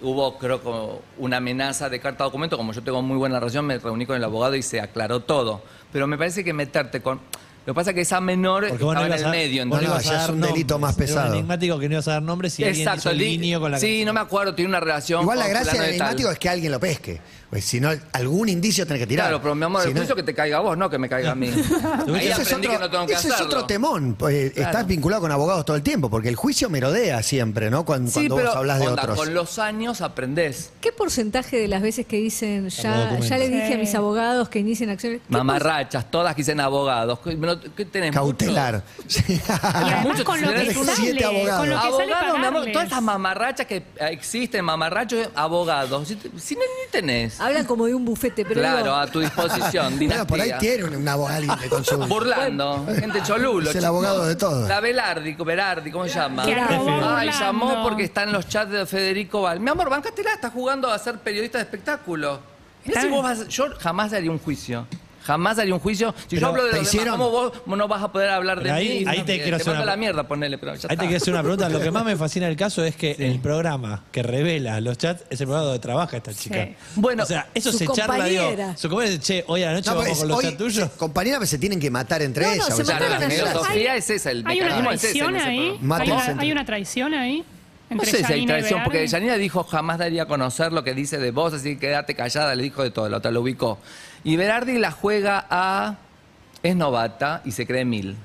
Speaker 6: Hubo, creo, como una amenaza de carta documento. Como yo tengo muy buena relación, me reuní con el abogado y se aclaró todo. Pero me parece que meterte con... Lo que pasa es que esa menor
Speaker 5: Porque vos no
Speaker 6: estaba en
Speaker 5: ibas
Speaker 6: el
Speaker 5: a,
Speaker 6: medio.
Speaker 5: vos
Speaker 6: entonces-
Speaker 3: No,
Speaker 5: ibas a
Speaker 3: ya es
Speaker 5: dar
Speaker 3: un delito
Speaker 5: nombres.
Speaker 3: más pesado.
Speaker 5: Era un enigmático que no ibas a dar nombres si alguien hizo el
Speaker 6: di-
Speaker 5: guiño con la
Speaker 6: Sí,
Speaker 5: canción.
Speaker 6: no me acuerdo, tiene una relación
Speaker 3: Igual la
Speaker 6: con
Speaker 3: gracia
Speaker 6: fulano
Speaker 3: del
Speaker 6: de tal.
Speaker 3: enigmático es que alguien lo pesque. Pues, si no, algún indicio tenés que tirar.
Speaker 6: Claro, pero mi amor,
Speaker 3: Si
Speaker 6: el
Speaker 3: no-
Speaker 6: juicio que te caiga a vos, no que me
Speaker 3: *laughs*
Speaker 6: caiga a mí. Ahí
Speaker 3: Ese es
Speaker 6: aprendí
Speaker 3: otro,
Speaker 6: que no tengo que
Speaker 3: ese es
Speaker 6: hacerlo.
Speaker 3: otro temón. pues, Estás
Speaker 6: Claro.
Speaker 3: vinculado con abogados todo el tiempo, porque el juicio merodea siempre, ¿no? Cuando,
Speaker 6: Sí,
Speaker 3: cuando
Speaker 6: pero
Speaker 3: vos hablas de
Speaker 6: onda,
Speaker 3: otros.
Speaker 6: con los años aprendés.
Speaker 7: ¿Qué porcentaje de las veces que dicen ya,
Speaker 5: documento.
Speaker 7: ya le dije a mis
Speaker 1: Sí.
Speaker 7: abogados que inicien acciones? ¿qué
Speaker 6: Mamarrachas, todas que dicen abogados. ¿Qué me lo- qué tenés? *laughs*
Speaker 3: Cautelar. Sí.
Speaker 1: Y además
Speaker 6: mucho Ah,
Speaker 1: con lo que
Speaker 6: tenés
Speaker 1: sale,
Speaker 3: siete abogados.
Speaker 1: con lo que sale
Speaker 6: Abogados, mi amor,
Speaker 1: pagarles.
Speaker 6: todas estas mamarrachas que eh, existen, mamarrachos, abogados. Si, te- si no ni tenés.
Speaker 7: pasa? Hablan como de un bufete, Ah, pero
Speaker 6: claro,
Speaker 3: ah.
Speaker 7: digo,
Speaker 6: a
Speaker 3: *laughs*
Speaker 6: tu disposición,
Speaker 3: Bueno,
Speaker 6: dinastía.
Speaker 3: por ahí tiene un, un abogado alguien que con su-
Speaker 6: *laughs* Burlando, gente cholulo.
Speaker 3: Es el
Speaker 6: chico.
Speaker 3: abogado de todo.
Speaker 6: La Velardi, Velardi, ¿cómo se llama?
Speaker 1: Que arrobó
Speaker 6: Ay,
Speaker 1: Burlando.
Speaker 6: llamó porque está en los chats de Federico Val. Mi amor, bancatela, está jugando a ser periodista de espectáculo. Mirá si
Speaker 1: Está
Speaker 6: vos
Speaker 1: bien.
Speaker 6: vas- yo jamás haría un juicio. Jamás haría un juicio. Si
Speaker 3: Pero
Speaker 6: yo hablo de
Speaker 3: te
Speaker 6: los demás,
Speaker 3: hicieron-
Speaker 6: ¿cómo vos no vas a poder hablar de
Speaker 5: Pero ahí-
Speaker 6: mí?
Speaker 5: ahí te quiero hacer
Speaker 6: mando
Speaker 5: una-
Speaker 6: la mierda, ponele, pero ya
Speaker 5: Ahí te
Speaker 6: está.
Speaker 5: quiero hacer una pregunta. Lo que más
Speaker 6: *laughs*
Speaker 5: me fascina del caso es que el programa que revela los chats es el programa donde trabaja esta chica.
Speaker 6: Bueno,
Speaker 5: o sea, eso
Speaker 7: su
Speaker 5: se charla, digo.
Speaker 7: compañera.
Speaker 5: Su compañera dice, che, hoy a la noche
Speaker 3: No,
Speaker 5: vamos
Speaker 3: pues,
Speaker 5: con los
Speaker 3: hoy,
Speaker 5: chats tuyos.
Speaker 3: compañeras que se tienen que matar entre
Speaker 7: No, no,
Speaker 3: ellas.
Speaker 7: se
Speaker 3: porque
Speaker 6: Claro,
Speaker 3: no
Speaker 6: la
Speaker 7: mataron
Speaker 3: generan.
Speaker 7: ayer.
Speaker 6: filosofía es esa, el
Speaker 1: Hay una
Speaker 6: mecanismo es ese en
Speaker 1: traición
Speaker 6: ese
Speaker 1: ahí.
Speaker 6: programa.
Speaker 1: Hay
Speaker 3: Maten
Speaker 1: una,
Speaker 3: centro.
Speaker 1: hay una traición ahí.
Speaker 6: No
Speaker 1: Entre
Speaker 6: sé si hay
Speaker 1: Yanina y
Speaker 6: traición, porque
Speaker 1: Berardi.
Speaker 6: Yanina dijo jamás daría a conocer lo que dice de vos, así que quédate callada, le dijo de todo, la otra lo ubicó. Y Berardi la juega a. es novata y se cree mil.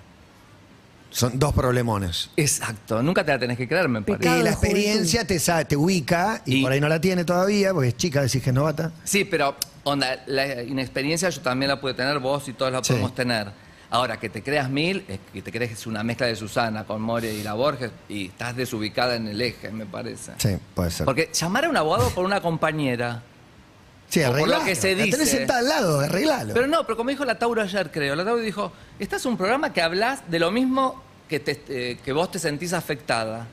Speaker 3: Son dos problemones.
Speaker 6: Exacto, nunca te la tenés que creer, me
Speaker 3: Y
Speaker 6: parece.
Speaker 7: Pecado. Cada
Speaker 3: la
Speaker 7: juventud.
Speaker 3: experiencia te, sa- te ubica, y,
Speaker 6: Y-
Speaker 3: por ahí no la tiene todavía, porque es chica, decís que es novata.
Speaker 6: Sí, pero onda, la inexperiencia yo también la pude tener, vos y todos la
Speaker 3: Sí.
Speaker 6: podemos tener. Ahora, que te creas mil, es que te crees que es una mezcla de Susana con Moria y la Borges, y estás desubicada en el eje, me parece.
Speaker 3: Sí, puede ser.
Speaker 6: Porque llamar a un abogado por una compañera.
Speaker 3: sí,
Speaker 6: por lo
Speaker 3: arreglalo.
Speaker 6: que se
Speaker 3: La tenés
Speaker 6: dice.
Speaker 3: sentada al lado, arreglalo.
Speaker 6: Pero no, pero como dijo la Tauro ayer, creo, la Tauro dijo, este es un programa que hablas de lo mismo que, te- eh, que vos te sentís afectada.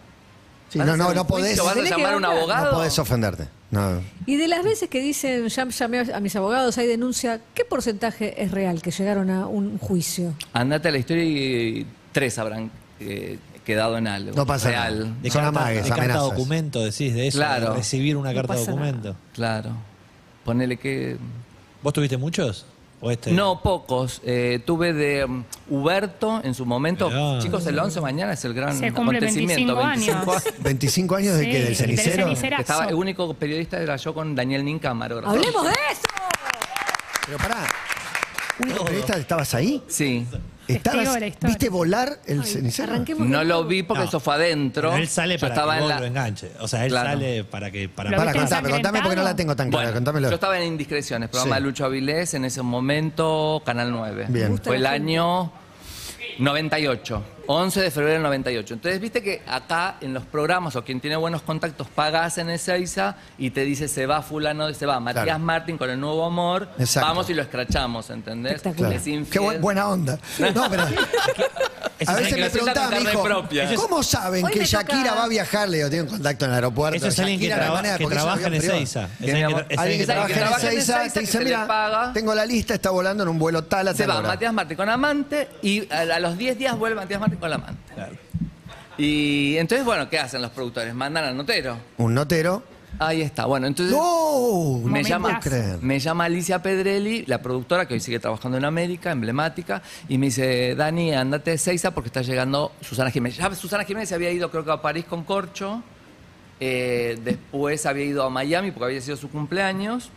Speaker 3: Sí,
Speaker 6: ¿Vas a
Speaker 3: no, no,
Speaker 6: hacer
Speaker 3: no
Speaker 6: un juicio?
Speaker 3: podés,
Speaker 6: ¿Vas a
Speaker 7: Tenés que
Speaker 6: llamar a un
Speaker 7: hablar.
Speaker 6: abogado?
Speaker 3: no podés ofenderte. No.
Speaker 7: Y de las veces que dicen, ya llamé a mis abogados, hay denuncia, ¿qué porcentaje es real que llegaron a un juicio?
Speaker 6: Andate a la historia y tres habrán eh, quedado en algo.
Speaker 3: No pasa
Speaker 6: real.
Speaker 3: nada.
Speaker 5: De
Speaker 3: Son
Speaker 5: carta,
Speaker 3: amagues,
Speaker 5: de carta
Speaker 3: amenazas.
Speaker 5: documento, decís, de eso.
Speaker 6: Claro.
Speaker 5: de recibir una
Speaker 7: No
Speaker 5: carta
Speaker 7: pasa
Speaker 5: documento.
Speaker 6: Claro. Ponele que...
Speaker 5: ¿Vos tuviste muchos? ¿O este?
Speaker 6: No, pocos. Eh, tuve de um, Huberto en su momento.
Speaker 5: Mirá.
Speaker 6: Chicos, el 11 de mañana es el gran
Speaker 1: Se cumplen
Speaker 6: acontecimiento.
Speaker 1: 25 años.
Speaker 3: 25 años de
Speaker 1: Sí,
Speaker 3: que del
Speaker 1: del
Speaker 3: cenicero.
Speaker 1: cenicero.
Speaker 6: Que estaba, el único periodista era yo con Daniel Nin camarógrafo.
Speaker 7: ¡Hablemos de eso!
Speaker 3: Pero pará. ¿Único periodista estabas ahí?
Speaker 6: Sí.
Speaker 1: Testigo de la historia.
Speaker 3: ¿Viste volar el cenicero?
Speaker 7: Arranquemos.
Speaker 6: No
Speaker 7: con-
Speaker 6: lo vi porque
Speaker 5: No.
Speaker 6: eso fue adentro.
Speaker 5: Pero él sale
Speaker 6: Yo
Speaker 5: para
Speaker 6: estaba
Speaker 5: que
Speaker 6: en
Speaker 5: vos
Speaker 6: la-
Speaker 5: lo enganche. O sea, él
Speaker 6: Claro.
Speaker 5: sale para que... Para
Speaker 1: Lo
Speaker 5: para
Speaker 3: Para,
Speaker 1: viste
Speaker 3: contame, contame porque no la tengo tan clara.
Speaker 6: Bueno,
Speaker 3: contámelo.
Speaker 6: yo estaba en Indiscreciones, programa
Speaker 3: Sí.
Speaker 6: de Lucho Avilés, en ese momento, Canal 9.
Speaker 3: Bien. Me gusta
Speaker 6: Fue el
Speaker 7: la gente.
Speaker 6: año 98, 11 de febrero del 98. Entonces, viste que acá en los programas o quien tiene buenos contactos pagas en Ezeiza y te dice se va fulano, se va Matías
Speaker 3: Claro.
Speaker 6: Martín con el nuevo amor,
Speaker 3: Exacto.
Speaker 6: vamos y lo escrachamos, ¿entendés?
Speaker 7: Espectacular.
Speaker 3: Claro.
Speaker 6: Es infiel.
Speaker 3: Qué bu- buena
Speaker 6: *laughs*
Speaker 3: onda. No, pero
Speaker 5: Eso
Speaker 3: a
Speaker 5: es-
Speaker 3: veces me
Speaker 6: lo sientan
Speaker 3: preguntaba, mi
Speaker 6: con carne
Speaker 3: hijo,
Speaker 6: propia. Eso es-
Speaker 3: ¿cómo saben
Speaker 7: Hoy
Speaker 3: que
Speaker 7: me toca-
Speaker 3: Shakira va a viajar? Le digo, tiene un contacto en el aeropuerto.
Speaker 5: Eso es alguien que,
Speaker 3: Shakira,
Speaker 5: traba-
Speaker 3: de manera,
Speaker 5: que
Speaker 3: porque es un
Speaker 5: trabaja en
Speaker 3: avión privado.
Speaker 5: Ezeiza. Es
Speaker 6: Tiene
Speaker 5: alguien que
Speaker 6: amor.
Speaker 5: tra-
Speaker 3: Alguien
Speaker 5: es
Speaker 3: que
Speaker 6: Alguien que
Speaker 3: trabaja en Ezeiza te
Speaker 6: que
Speaker 3: dice,
Speaker 6: se le
Speaker 3: mira,
Speaker 6: paga".
Speaker 3: tengo la lista, está volando en un vuelo tal a
Speaker 6: Se
Speaker 3: tal
Speaker 6: va
Speaker 3: hora".
Speaker 6: Matías Martín con amante y a, a los 10 días vuelve Matías Martín con la amante. Y entonces, bueno, ¿qué hacen los productores? Mandan al notero.
Speaker 3: Un notero.
Speaker 6: Ahí está. Bueno, entonces
Speaker 3: ¡No!
Speaker 6: me
Speaker 1: Momentazo.
Speaker 6: llama,
Speaker 3: creer.
Speaker 6: me llama Alicia Pedrelli, la productora que hoy sigue trabajando en América, emblemática, y me dice, Dani, andate de Seiza porque está llegando Susana Jiménez. Ya Susana Jiménez se había ido, creo que a París con Corcho, eh, después había ido a Miami porque había sido su cumpleaños.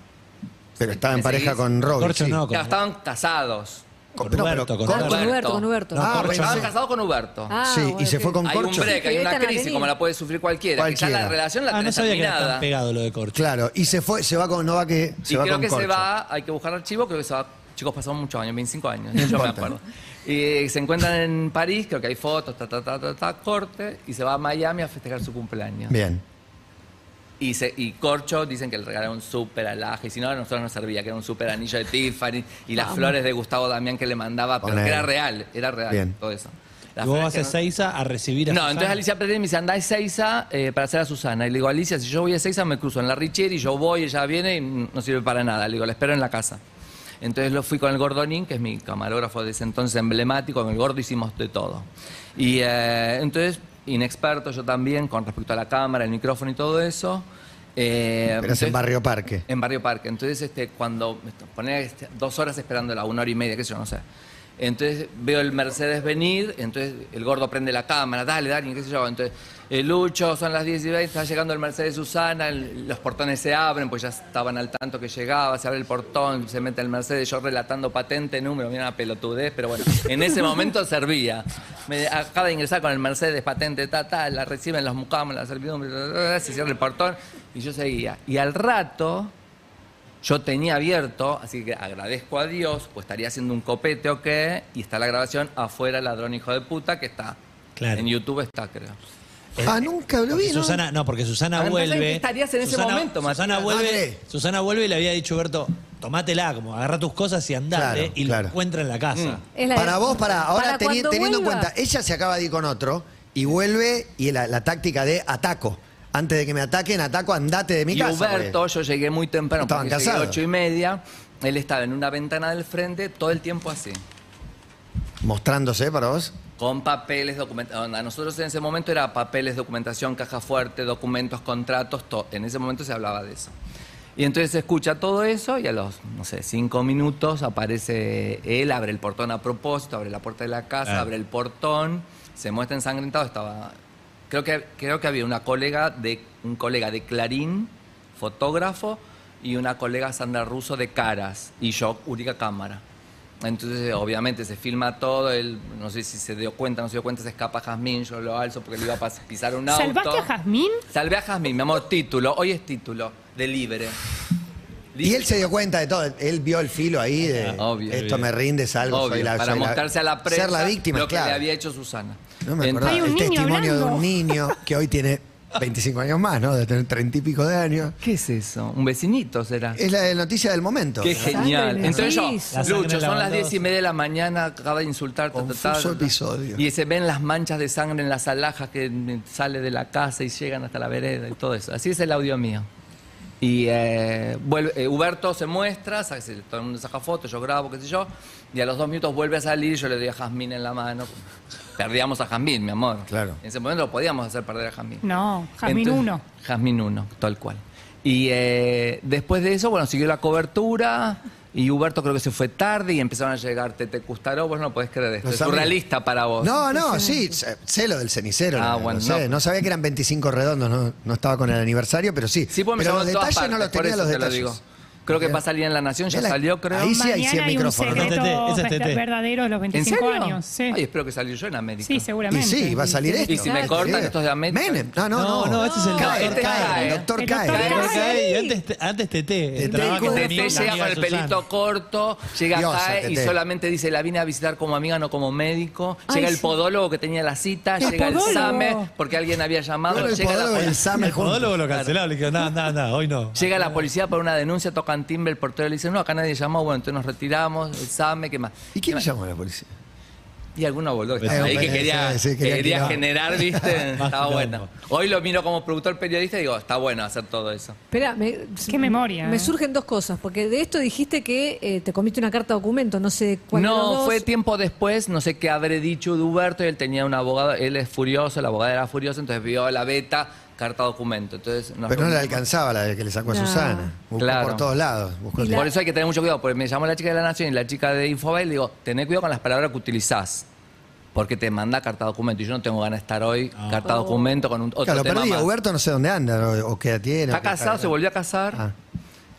Speaker 3: Pero estaba en
Speaker 6: ¿Me
Speaker 3: pareja
Speaker 6: seguís?
Speaker 3: con Robbie.
Speaker 5: Corcho
Speaker 3: sí.
Speaker 5: no,
Speaker 6: Ya
Speaker 5: con-
Speaker 6: estaban casados.
Speaker 5: con
Speaker 3: No, pero
Speaker 5: Roberto, con
Speaker 3: Corcho-
Speaker 7: Ah, con Huberto, con Huberto.
Speaker 5: No,
Speaker 3: Ah,
Speaker 5: Corcho
Speaker 3: pensé-
Speaker 6: Estaban
Speaker 5: no.
Speaker 6: casados con Huberto.
Speaker 7: Ah,
Speaker 3: sí, y
Speaker 7: bueno,
Speaker 3: se
Speaker 7: que-
Speaker 3: fue con
Speaker 6: hay un
Speaker 3: Corcho.
Speaker 6: break, hay
Speaker 7: Sí,
Speaker 6: una
Speaker 7: evitan
Speaker 6: crisis
Speaker 7: avenir.
Speaker 6: como la puede sufrir cualquiera. que ya
Speaker 3: Cualquiera.
Speaker 6: la relación la
Speaker 5: Ah, no
Speaker 6: tenés
Speaker 5: sabía que era tan
Speaker 6: terminada.
Speaker 5: pegado lo de Corcho.
Speaker 3: Claro, y se fue, se va con, no va que, se
Speaker 6: y
Speaker 3: va
Speaker 6: creo
Speaker 3: con
Speaker 6: que
Speaker 3: Corcho.
Speaker 6: se va, hay que buscar archivo, creo que se va. Chicos, pasaron muchos años, 25
Speaker 3: No
Speaker 6: años, *laughs* yo me
Speaker 3: importa.
Speaker 6: acuerdo. Y eh, se encuentran en París, creo que hay fotos, ta, ta, ta, ta, ta, corte, y se va a Miami a festejar su cumpleaños.
Speaker 3: Bien.
Speaker 6: Y, se- y Corcho dicen que le regalaron un súper alaje, y si no, a nosotros nos servía, que era un súper anillo de Tiffany, y las flores de Gustavo Damián que le mandaba, pero
Speaker 3: Ponele.
Speaker 6: que era real, era real,
Speaker 3: Bien.
Speaker 6: todo eso.
Speaker 5: Y
Speaker 6: Las
Speaker 5: vos
Speaker 6: flores
Speaker 5: vas
Speaker 6: que
Speaker 5: a
Speaker 6: no-
Speaker 5: Ezeiza a recibir a
Speaker 6: no,
Speaker 5: Susana.
Speaker 6: entonces Alicia Pérez me dice, andá a Ezeiza eh, para hacer a Susana. Y le digo, Alicia, si yo voy a Ezeiza me cruzo en la Richieri, yo voy, ella viene y no sirve para nada. Le digo, la espero en la casa. Entonces lo fui con el Gordonín, que es mi camarógrafo de ese entonces emblemático, con el gordo hicimos de todo. Y eh, entonces, inexperto yo también con respecto a la cámara, el micrófono y todo eso. Eh,
Speaker 3: Pero es en
Speaker 6: entonces-
Speaker 3: Barrio Parque.
Speaker 6: en Barrio Parque. Entonces, este, cuando me ponía este, dos horas esperándola, una hora y media, qué sé yo, no sé. Entonces veo el Mercedes venir, entonces el gordo prende la cámara, dale, dale, qué sé yo. Entonces, eh, Lucho, son las 10 y 20, está llegando el Mercedes Susana, el- los portones se abren, pues ya estaban al tanto que llegaba, se abre el portón, se mete el Mercedes, yo relatando patente, número, mira una pelotudez, pero bueno, en ese momento servía. Me acaba de ingresar con el Mercedes, patente, ta, ta, la reciben los mucamos, la servidumbre, ta, ta, ta, se cierra el portón y yo seguía. Y al rato, yo tenía abierto, así que agradezco a Dios, pues estaría haciendo un copete o qué, y está la grabación afuera, ladrón hijo de puta, que está.
Speaker 5: Claro.
Speaker 6: En YouTube está, creo.
Speaker 3: Ah, nunca lo
Speaker 5: Eh, Porque
Speaker 3: vi, ¿no?
Speaker 5: Susana, no, porque Susana
Speaker 6: Ah, pensé
Speaker 5: vuelve.
Speaker 6: que estarías en ese
Speaker 5: Susana-
Speaker 6: momento, Matías.
Speaker 5: Susana vuelve,
Speaker 3: Dale.
Speaker 5: Susana vuelve y le había dicho Berto, tomátela, como agarra tus cosas y andate
Speaker 3: Claro,
Speaker 5: y
Speaker 3: claro.
Speaker 5: lo encuentra en la
Speaker 6: Mm.
Speaker 5: casa.
Speaker 7: Es la de-
Speaker 3: Para vos, para. Ahora
Speaker 7: Para
Speaker 3: teni-
Speaker 7: cuando
Speaker 3: teniendo en
Speaker 7: vuelva.
Speaker 3: cuenta, ella se acaba de ir con otro y vuelve y la, la táctica de ataco. Antes de que me ataquen, ataco, andate de mi
Speaker 6: y
Speaker 3: casa.
Speaker 6: Huberto,
Speaker 3: porque-
Speaker 6: yo llegué muy temprano,
Speaker 3: Estaban
Speaker 6: porque llegué a
Speaker 3: casados.
Speaker 6: ocho y media, él estaba en una ventana del frente todo el tiempo así.
Speaker 3: Mostrándose para vos.
Speaker 6: Con papeles, documentación. A nosotros en ese momento era papeles, documentación, caja fuerte, documentos, contratos, todo. En ese momento se hablaba de eso. Y entonces se escucha todo eso y a los, no sé, cinco minutos aparece él, abre el portón a propósito, abre la puerta de la casa,
Speaker 5: Ah.
Speaker 6: abre el portón, se muestra ensangrentado, estaba... Creo que, creo que había una colega de, un colega de Clarín, fotógrafo, y una colega Sandra Russo de Caras, y yo, única cámara. Entonces, obviamente, se filma todo, él, no sé si se dio cuenta, no se dio cuenta, se escapa Jazmín, yo lo alzo porque le iba a pas- pisar un auto.
Speaker 1: ¿Salvaste a Jazmín?
Speaker 6: Salvé a Jazmín, mi amor, título. Hoy es título, de libre.
Speaker 3: Y él se dio cuenta de todo. Él vio el filo ahí de.
Speaker 6: Ah, Obvio.
Speaker 3: esto me rinde, salgo.
Speaker 6: Obvio,
Speaker 3: soy la-
Speaker 6: para
Speaker 3: soy la-
Speaker 6: mostrarse a la prensa
Speaker 3: Ser la víctima,
Speaker 6: lo que
Speaker 3: claro.
Speaker 6: le había hecho Susana.
Speaker 3: No me acordaba.
Speaker 6: Entonces,
Speaker 1: Hay un
Speaker 3: El
Speaker 1: niño
Speaker 3: testimonio de un
Speaker 1: hablando.
Speaker 3: niño que hoy tiene 25 años más, ¿no? De tener 30 y pico de años.
Speaker 6: ¿Qué es eso? ¿Un vecinito será?
Speaker 3: Es la noticia del momento.
Speaker 6: Qué
Speaker 7: sangre
Speaker 6: genial.
Speaker 7: en el
Speaker 6: Entonces yo,
Speaker 7: piso.
Speaker 5: La sangre
Speaker 6: Lucho,
Speaker 5: en la
Speaker 6: son las diez y
Speaker 5: baldosa.
Speaker 6: media de la mañana, acaba de insultar. ta, ta, ta,
Speaker 3: Confuso
Speaker 6: ta, ta.
Speaker 3: episodio.
Speaker 6: Y se ven las manchas de sangre en las alhajas que mm, sale de la casa y llegan hasta la vereda y todo eso. Así es el audio mío. Y eh, vuelve, eh, Huberto se muestra, sa- se- todo el mundo saca fotos, yo grabo, qué sé yo, y a los dos minutos vuelve a salir, yo le doy a Jazmín en la mano. Perdíamos a Jazmín, mi amor.
Speaker 3: Claro.
Speaker 6: En ese momento lo podíamos hacer perder a Jazmín.
Speaker 1: No, Jazmín
Speaker 6: Entonces-
Speaker 1: 1.
Speaker 6: Jazmín 1, tal cual. Y eh, después de eso, bueno, siguió la cobertura y Huberto creo que se fue tarde y empezaron a llegar Tete Custaró. Vos no podés creer esto.
Speaker 3: No
Speaker 6: es
Speaker 3: sabía.
Speaker 6: surrealista para vos.
Speaker 3: No, no, sí, sé- sé lo del cenicero.
Speaker 6: Ah,
Speaker 3: no,
Speaker 6: bueno,
Speaker 3: no, sé, no.
Speaker 6: no.
Speaker 3: sabía que eran 25 redondos, no, no estaba con el aniversario, pero sí.
Speaker 6: Sí, pues me
Speaker 3: pero
Speaker 6: llamó
Speaker 3: los
Speaker 6: de todas
Speaker 3: detalles
Speaker 6: partes,
Speaker 3: no los
Speaker 6: por
Speaker 3: tenía
Speaker 6: eso
Speaker 3: los
Speaker 6: te lo
Speaker 3: detalles.
Speaker 6: digo. Creo que va a salir en La Nación, ya
Speaker 3: Mira,
Speaker 6: salió, creo.
Speaker 3: ahí sí hay
Speaker 1: Mañana
Speaker 3: 100
Speaker 1: hay un
Speaker 3: micrófonos.
Speaker 1: secreto
Speaker 5: Ese es TT, ese es
Speaker 1: ver-
Speaker 5: TT.
Speaker 1: verdadero de los
Speaker 6: ¿En
Speaker 1: 25
Speaker 6: serio?
Speaker 1: años. Sí.
Speaker 6: Ay, espero que salió yo en América.
Speaker 1: sí,
Speaker 3: Y
Speaker 1: seguramente.
Speaker 3: sí, va a salir esto.
Speaker 6: Y si me cortan, esto es de América.
Speaker 3: Menem. No, no, no.
Speaker 5: No, no, este es el
Speaker 3: Cae,
Speaker 5: doctor
Speaker 3: cae,
Speaker 5: Cae.
Speaker 3: El doctor
Speaker 1: El
Speaker 3: cae.
Speaker 1: doctor
Speaker 5: Pero
Speaker 1: Cae.
Speaker 5: cae, y antes, te- antes Tete.
Speaker 3: Tete,
Speaker 5: trabaja
Speaker 3: hijo
Speaker 5: con
Speaker 3: de
Speaker 5: mi-
Speaker 6: Tete
Speaker 5: mi
Speaker 6: llega
Speaker 5: amiga
Speaker 6: con el
Speaker 5: Susana.
Speaker 6: pelito corto, llega
Speaker 3: Diosa,
Speaker 6: acá y
Speaker 3: Tete.
Speaker 6: solamente dice, la vine a visitar como amiga, no como médico.
Speaker 7: Ay,
Speaker 6: Llega el
Speaker 7: sí.
Speaker 6: podólogo que tenía la cita,
Speaker 1: El
Speaker 6: llega
Speaker 1: podólogo.
Speaker 6: el SAME, porque alguien había llamado,
Speaker 3: Bueno, el
Speaker 6: llega, la
Speaker 3: podólogo y
Speaker 6: poli-
Speaker 3: el SAME
Speaker 5: El
Speaker 3: juntos.
Speaker 5: podólogo lo cancelaron, le dijeron, no, no, no, hoy no.
Speaker 6: llega la policía por una denuncia, tocan timbre, el portero le dice, no, acá nadie llamó, bueno, entonces nos retiramos, el SAME, ¿qué más?
Speaker 3: ¿Y quién llamó a la policía?
Speaker 6: Y alguno voló, que estaba
Speaker 3: Eh,
Speaker 6: ahí que
Speaker 3: eh,
Speaker 6: quería,
Speaker 3: sí, sí,
Speaker 6: que
Speaker 3: quería
Speaker 6: quería
Speaker 3: tirar. *laughs*
Speaker 6: generar, ¿viste? Estaba
Speaker 5: quilombo.
Speaker 6: bueno. Hoy lo miro como productor periodista y digo, está bueno hacer todo eso.
Speaker 7: Espera, me,
Speaker 1: Qué memoria,
Speaker 7: Me
Speaker 1: eh.
Speaker 7: surgen dos cosas, porque de esto dijiste que eh, te comiste una carta documento, no sé cuál. de los
Speaker 6: No,
Speaker 7: dos.
Speaker 6: fue tiempo después, no sé qué habré dicho Duberto, y él tenía un abogado, él es furioso, el abogado era furioso, entonces vio la beta, carta documento. Entonces, nos
Speaker 3: Pero no le
Speaker 6: reunimos.
Speaker 3: alcanzaba la que le sacó a
Speaker 7: No.
Speaker 3: Susana. Buscó
Speaker 6: Claro.
Speaker 3: por todos lados. Buscó-
Speaker 7: Y la-
Speaker 6: Por eso hay que tener mucho cuidado, porque me llamó la chica de la Nación y la chica de Infobae y le digo, tené cuidado con las palabras que utilizás. Porque te manda carta documento. Y yo no tengo ganas de estar hoy carta documento con un, otro
Speaker 3: Ah. Claro, lo
Speaker 6: tema
Speaker 3: perdí.
Speaker 6: más.
Speaker 3: Huberto no sé dónde anda o, o qué edad tiene.
Speaker 6: Está
Speaker 3: o qué-
Speaker 6: casado, se volvió a casar.
Speaker 3: Ah.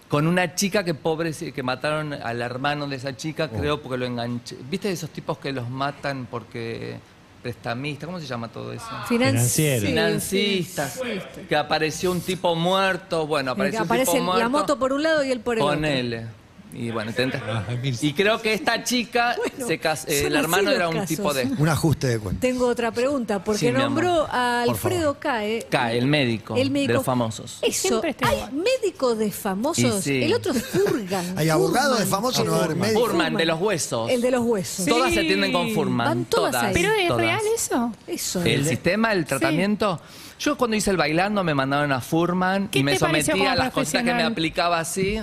Speaker 6: Con una chica que pobre, que mataron al hermano de esa chica,
Speaker 3: Oh.
Speaker 6: creo, porque lo enganché. ¿Viste esos tipos que los matan porque prestamista? ¿Cómo se llama todo eso?
Speaker 7: Financi-
Speaker 5: Financiero.
Speaker 7: sí,
Speaker 6: Financistas.
Speaker 7: sí, sí.
Speaker 6: Que apareció un tipo muerto. Bueno,
Speaker 7: Aparece,
Speaker 6: apareció un tipo muerto.
Speaker 7: la moto por un lado y él por el otro.
Speaker 6: Ponele. Y bueno, intenta.
Speaker 5: Ah, Emilce.
Speaker 6: Y creo que esta chica,
Speaker 7: Bueno,
Speaker 6: se cas- eh,
Speaker 7: son
Speaker 6: el
Speaker 7: así
Speaker 6: hermano
Speaker 7: los
Speaker 6: era un
Speaker 7: casos.
Speaker 6: tipo de.
Speaker 3: Un ajuste de cuenta.
Speaker 7: Tengo otra pregunta, porque
Speaker 6: Sí, mi amor.
Speaker 7: nombró a Alfredo Cae.
Speaker 6: Cae, el médico, de los famosos.
Speaker 7: Eso,
Speaker 1: Siempre este está
Speaker 7: hay
Speaker 1: igual.
Speaker 7: médico de famosos,
Speaker 6: Y sí.
Speaker 7: el otro es Furgan.
Speaker 3: *laughs* Hay abogado de famoso,
Speaker 7: famosos
Speaker 3: no va a haber médico.
Speaker 6: Furman, de los huesos.
Speaker 7: El de los huesos.
Speaker 1: Sí.
Speaker 6: Todas se atienden con Furman.
Speaker 7: Van todas ahí.
Speaker 1: Pero es
Speaker 6: todas.
Speaker 1: real eso.
Speaker 7: Eso.
Speaker 6: El sistema, el tratamiento. Yo cuando hice el bailando me mandaron a Furman
Speaker 1: ¿Qué
Speaker 6: y me
Speaker 1: te pareció
Speaker 6: sometía a
Speaker 1: como
Speaker 6: las cosas que me
Speaker 1: profesional?
Speaker 6: aplicaba así.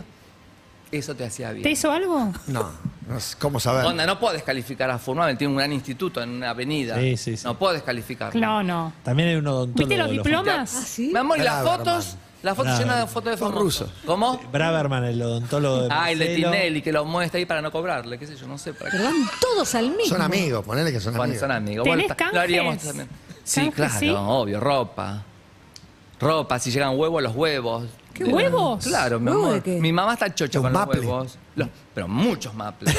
Speaker 6: Eso te hacía bien.
Speaker 1: ¿Te hizo algo?
Speaker 3: No, no sé cómo saber.
Speaker 6: Onda, no puedo descalificar a Furman, él tiene un gran instituto en una avenida.
Speaker 5: Sí, sí, sí.
Speaker 6: No puedo descalificarlo.
Speaker 1: No, no.
Speaker 5: También hay un odontólogo.
Speaker 1: ¿Viste los
Speaker 5: de
Speaker 1: diplomas?
Speaker 7: Ah, sí.
Speaker 6: Mi amor, y las
Speaker 3: Braverman.
Speaker 6: fotos, las fotos llenas de fotos de
Speaker 3: Son
Speaker 6: famosos.
Speaker 3: rusos.
Speaker 6: ¿Cómo?
Speaker 5: famosos. Braverman, el odontólogo de
Speaker 6: Ah, el de
Speaker 5: Marcelo.
Speaker 6: Tinelli, que lo muestra ahí para no cobrarle, qué sé yo, no sé. Para qué.
Speaker 7: Pero van todos al mismo.
Speaker 3: Son amigos, ponele que son
Speaker 6: Cuando
Speaker 3: amigos.
Speaker 6: son amigos.
Speaker 1: ¿Tenés
Speaker 6: está-
Speaker 1: canjes?
Speaker 6: lo haríamos también. Sí,
Speaker 1: ¿Canjes,
Speaker 6: claro,
Speaker 1: sí?
Speaker 6: obvio, ropa. Ropa, si llegan huevos, los huevos.
Speaker 1: ¿Qué
Speaker 6: De-
Speaker 1: huevos?
Speaker 6: Claro, mi
Speaker 7: ¿Huevo
Speaker 6: amor.
Speaker 7: de qué?
Speaker 6: Mi mamá está chocha
Speaker 3: Los
Speaker 6: con
Speaker 3: maple.
Speaker 6: los huevos. Los- pero muchos
Speaker 3: *laughs*
Speaker 6: maples.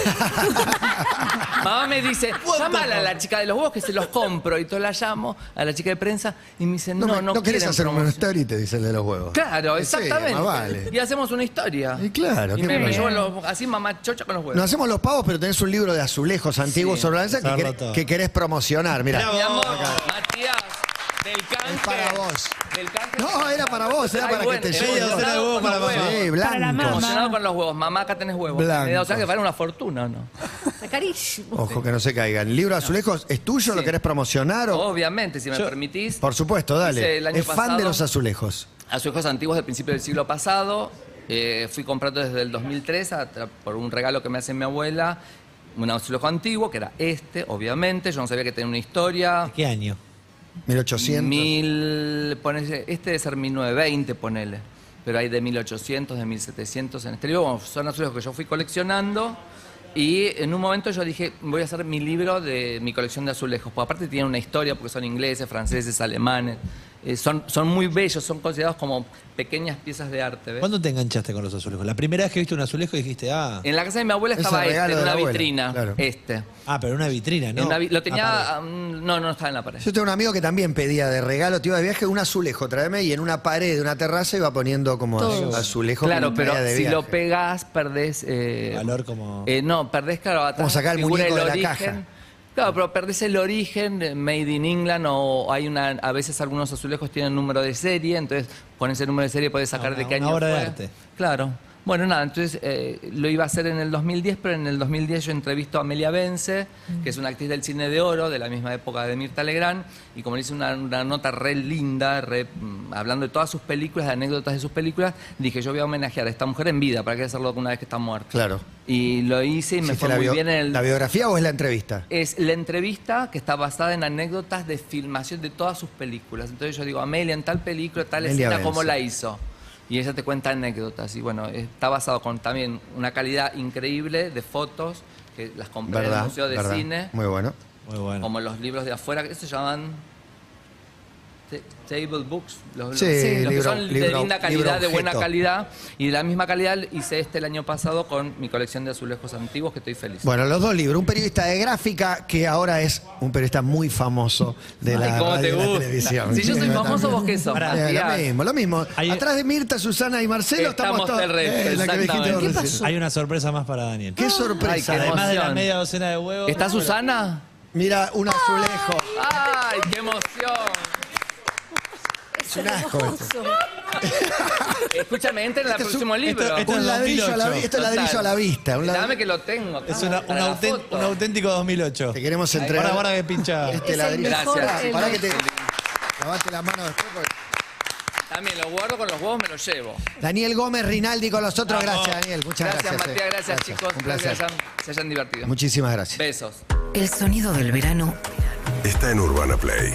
Speaker 6: mamá me dice, llámala a la chica de los huevos que se los compro. Y yo la llamo a la chica de prensa y me dice,
Speaker 3: No,
Speaker 6: no,
Speaker 3: me-
Speaker 6: no,
Speaker 3: no querés
Speaker 6: quieren
Speaker 3: hacer un
Speaker 6: promoción".
Speaker 3: story, te dice el de los huevos.
Speaker 6: Claro,
Speaker 3: Sí,
Speaker 6: exactamente.
Speaker 3: más
Speaker 6: *laughs*
Speaker 3: vale.
Speaker 6: Y hacemos una historia.
Speaker 3: Y claro,
Speaker 6: Y
Speaker 3: qué
Speaker 6: me, me
Speaker 3: bueno.
Speaker 6: llevo los- así mamá chocha con los huevos.
Speaker 3: Nos hacemos los pavos, pero tenés un libro de azulejos antiguos
Speaker 6: Sí.
Speaker 3: sobre la mesa que,
Speaker 5: Saberlo
Speaker 3: querés-
Speaker 5: todo.
Speaker 3: que querés promocionar. Mirá.
Speaker 6: Mi amor, Matías, del canje.
Speaker 3: Es para vos.
Speaker 6: Del canje.
Speaker 3: No, era para vos, era
Speaker 6: Ay,
Speaker 3: para
Speaker 6: bueno,
Speaker 3: que te
Speaker 6: era
Speaker 3: llegue.
Speaker 5: docena de huevos para mamá.
Speaker 3: Sí,
Speaker 1: Para la
Speaker 3: blancos.
Speaker 1: mamá.
Speaker 6: Emocionado con los huevos. Mamá, acá tenés huevos.
Speaker 3: Blancos.
Speaker 6: Me da- O sea que vale una fortuna, ¿o ¿no?
Speaker 7: Está carísimo.
Speaker 3: Ojo que no se caigan. El libro de azulejos, ¿es tuyo? ¿Lo querés promocionar? o-
Speaker 6: Obviamente, si me permitís.
Speaker 3: Por supuesto,
Speaker 6: Hice
Speaker 3: dale.
Speaker 6: el año
Speaker 3: Es fan de
Speaker 6: pasado-
Speaker 3: los azulejos.
Speaker 6: a sus hijos antiguos del principio del siglo pasado. Eh, fui comprando desde el 2003 a tra- por un regalo que me hace mi abuela. Un azulejo antiguo, que era este, obviamente. Yo no sabía que tenía una historia.
Speaker 5: ¿Qué año?
Speaker 3: 1800.
Speaker 6: Mil, ponele, este debe ser 1920, ponele. Pero hay de 1800, de 1700 en este libro. Bueno, son azulejos que yo fui coleccionando. Y en un momento yo dije, voy a hacer mi libro de mi colección de azulejos. Porque aparte tienen una historia, porque son ingleses, franceses, alemanes. Eh, son, son muy bellos, son considerados como pequeñas piezas de arte. ¿ves?
Speaker 5: ¿Cuándo te enganchaste con los azulejos? La primera vez que viste un azulejo dijiste, ah,
Speaker 6: En la casa de mi abuela
Speaker 3: Ese
Speaker 6: estaba este,
Speaker 3: regalo
Speaker 6: en
Speaker 3: de la
Speaker 6: una
Speaker 3: abuela,
Speaker 6: vitrina.
Speaker 3: claro.
Speaker 6: Este.
Speaker 5: ah, pero en una vitrina, ¿no?
Speaker 6: En una vi- lo tenía...
Speaker 5: Ah,
Speaker 6: ah, mm, no, no estaba en la pared.
Speaker 3: Yo tengo un amigo que también pedía de regalo, te iba de viaje, un azulejo, tráeme, y en una pared de una terraza iba poniendo como
Speaker 7: Todos.
Speaker 3: azulejo.
Speaker 6: Claro,
Speaker 3: que
Speaker 6: pero
Speaker 3: traía de
Speaker 6: si
Speaker 3: viaje.
Speaker 6: lo pegas, perdés. eh,
Speaker 5: Valor como-
Speaker 6: eh, no, perdés, claro, atrás.
Speaker 3: Como sacar el
Speaker 6: figura
Speaker 3: muñeco de la
Speaker 6: origen.
Speaker 3: caja.
Speaker 6: Claro, pero perdés el origen, eh, Made in England, o hay una. A veces algunos azulejos tienen número de serie, entonces con ese número de serie podés sacar
Speaker 5: Ah,
Speaker 6: de
Speaker 5: una-
Speaker 6: qué
Speaker 5: una
Speaker 6: año.
Speaker 5: obra de
Speaker 6: fue.
Speaker 5: arte.
Speaker 6: Claro. Bueno, nada, entonces eh, lo iba a hacer en el 2010, pero en el 2010 yo entrevisto a Amelia Vence,
Speaker 3: Mm.
Speaker 6: que es una actriz del cine de oro, de la misma época de Mirta Legrand, y como le hice una, una nota re linda, re, mm, hablando de todas sus películas, de anécdotas de sus películas, dije, yo voy a homenajear a esta mujer en vida, ¿para qué hacerlo una vez que está muerta?
Speaker 3: Claro.
Speaker 6: Y lo hice y me
Speaker 3: ¿Hiciste
Speaker 6: fue
Speaker 3: la,
Speaker 6: muy
Speaker 3: bio-
Speaker 6: bien en el...
Speaker 3: ¿La biografía o es la entrevista?
Speaker 6: Es la entrevista que está basada en anécdotas de filmación de todas sus películas. Entonces yo digo, Amelia, en tal película, tal
Speaker 3: Amelia
Speaker 6: escena,
Speaker 3: Benson.
Speaker 6: ¿cómo la hizo? Y ella te cuenta anécdotas. Y bueno, está basado con también una calidad increíble de fotos que las compré en
Speaker 3: ¿Verdad?
Speaker 6: el Museo de
Speaker 3: ¿Verdad?
Speaker 6: Cine,
Speaker 3: Muy bueno.
Speaker 5: Muy bueno.
Speaker 6: como los libros de afuera, que se llaman ta- table books, los, los-
Speaker 3: Sí,
Speaker 6: los que
Speaker 3: libro-
Speaker 6: son
Speaker 3: libro-
Speaker 6: de linda
Speaker 3: libro
Speaker 6: calidad, de buena
Speaker 3: objeto.
Speaker 6: calidad. Y de la misma calidad hice este el año pasado con mi colección de azulejos antiguos, que estoy feliz.
Speaker 3: Bueno, los dos libros. Un periodista de gráfica que ahora es un periodista muy famoso de la,
Speaker 6: Ay, cómo
Speaker 3: radio
Speaker 6: te
Speaker 3: y la
Speaker 6: gusta.
Speaker 3: televisión.
Speaker 6: Si yo soy
Speaker 3: Sí,
Speaker 6: famoso,
Speaker 3: también.
Speaker 6: vos qué sos.
Speaker 5: Pará.
Speaker 3: Eh,
Speaker 6: Matías?
Speaker 3: lo mismo, lo mismo.
Speaker 5: Hay-
Speaker 3: Atrás de Mirta, Susana y Marcelo estamos,
Speaker 6: Estamos
Speaker 3: todos. Eh,
Speaker 6: del resto,
Speaker 3: la que dijiste vos
Speaker 6: exactamente.
Speaker 3: recién.
Speaker 7: ¿Qué pasó?
Speaker 5: Hay una sorpresa más para Daniel.
Speaker 3: Qué sorpresa.
Speaker 6: Ay, qué
Speaker 5: Además de la
Speaker 6: emoción.
Speaker 5: media docena de huevos.
Speaker 6: ¿Está Susana?
Speaker 3: Mira, un azulejo.
Speaker 6: ¡Ay, qué emoción!
Speaker 7: Es
Speaker 3: un asco esto.
Speaker 6: Escúchame, entra en el
Speaker 3: Este es un-
Speaker 6: próximo libro.
Speaker 5: esto- esto-
Speaker 3: Un ladrillo a la, vi- esto es
Speaker 6: Total.
Speaker 3: ladrillo a la vista. un ladrillo-
Speaker 6: Dame que lo tengo. acá,
Speaker 5: Es una-
Speaker 6: para
Speaker 5: un,
Speaker 6: la
Speaker 5: autént-
Speaker 6: foto.
Speaker 5: un auténtico 2008.
Speaker 3: Te queremos entregar
Speaker 5: Ahora, ahora que pincha.
Speaker 3: este
Speaker 7: Es el
Speaker 3: ladrillo.
Speaker 7: mejor,
Speaker 6: Gracias.
Speaker 7: el
Speaker 3: Pará que te
Speaker 7: mejor.
Speaker 3: lavate la mano después. porque-
Speaker 6: También lo guardo con los huevos, me lo llevo.
Speaker 3: Daniel Gómez Rinaldi con nosotros.
Speaker 5: Vamos.
Speaker 3: Gracias, Daniel. Muchas
Speaker 6: Gracias,
Speaker 3: gracias. eh.
Speaker 6: Matías, gracias, chicos.
Speaker 3: Un
Speaker 6: Espero que
Speaker 3: placer.
Speaker 6: hayan- se hayan divertido.
Speaker 3: Muchísimas gracias.
Speaker 6: Besos.
Speaker 2: El sonido del verano
Speaker 4: Está en Urbana Play.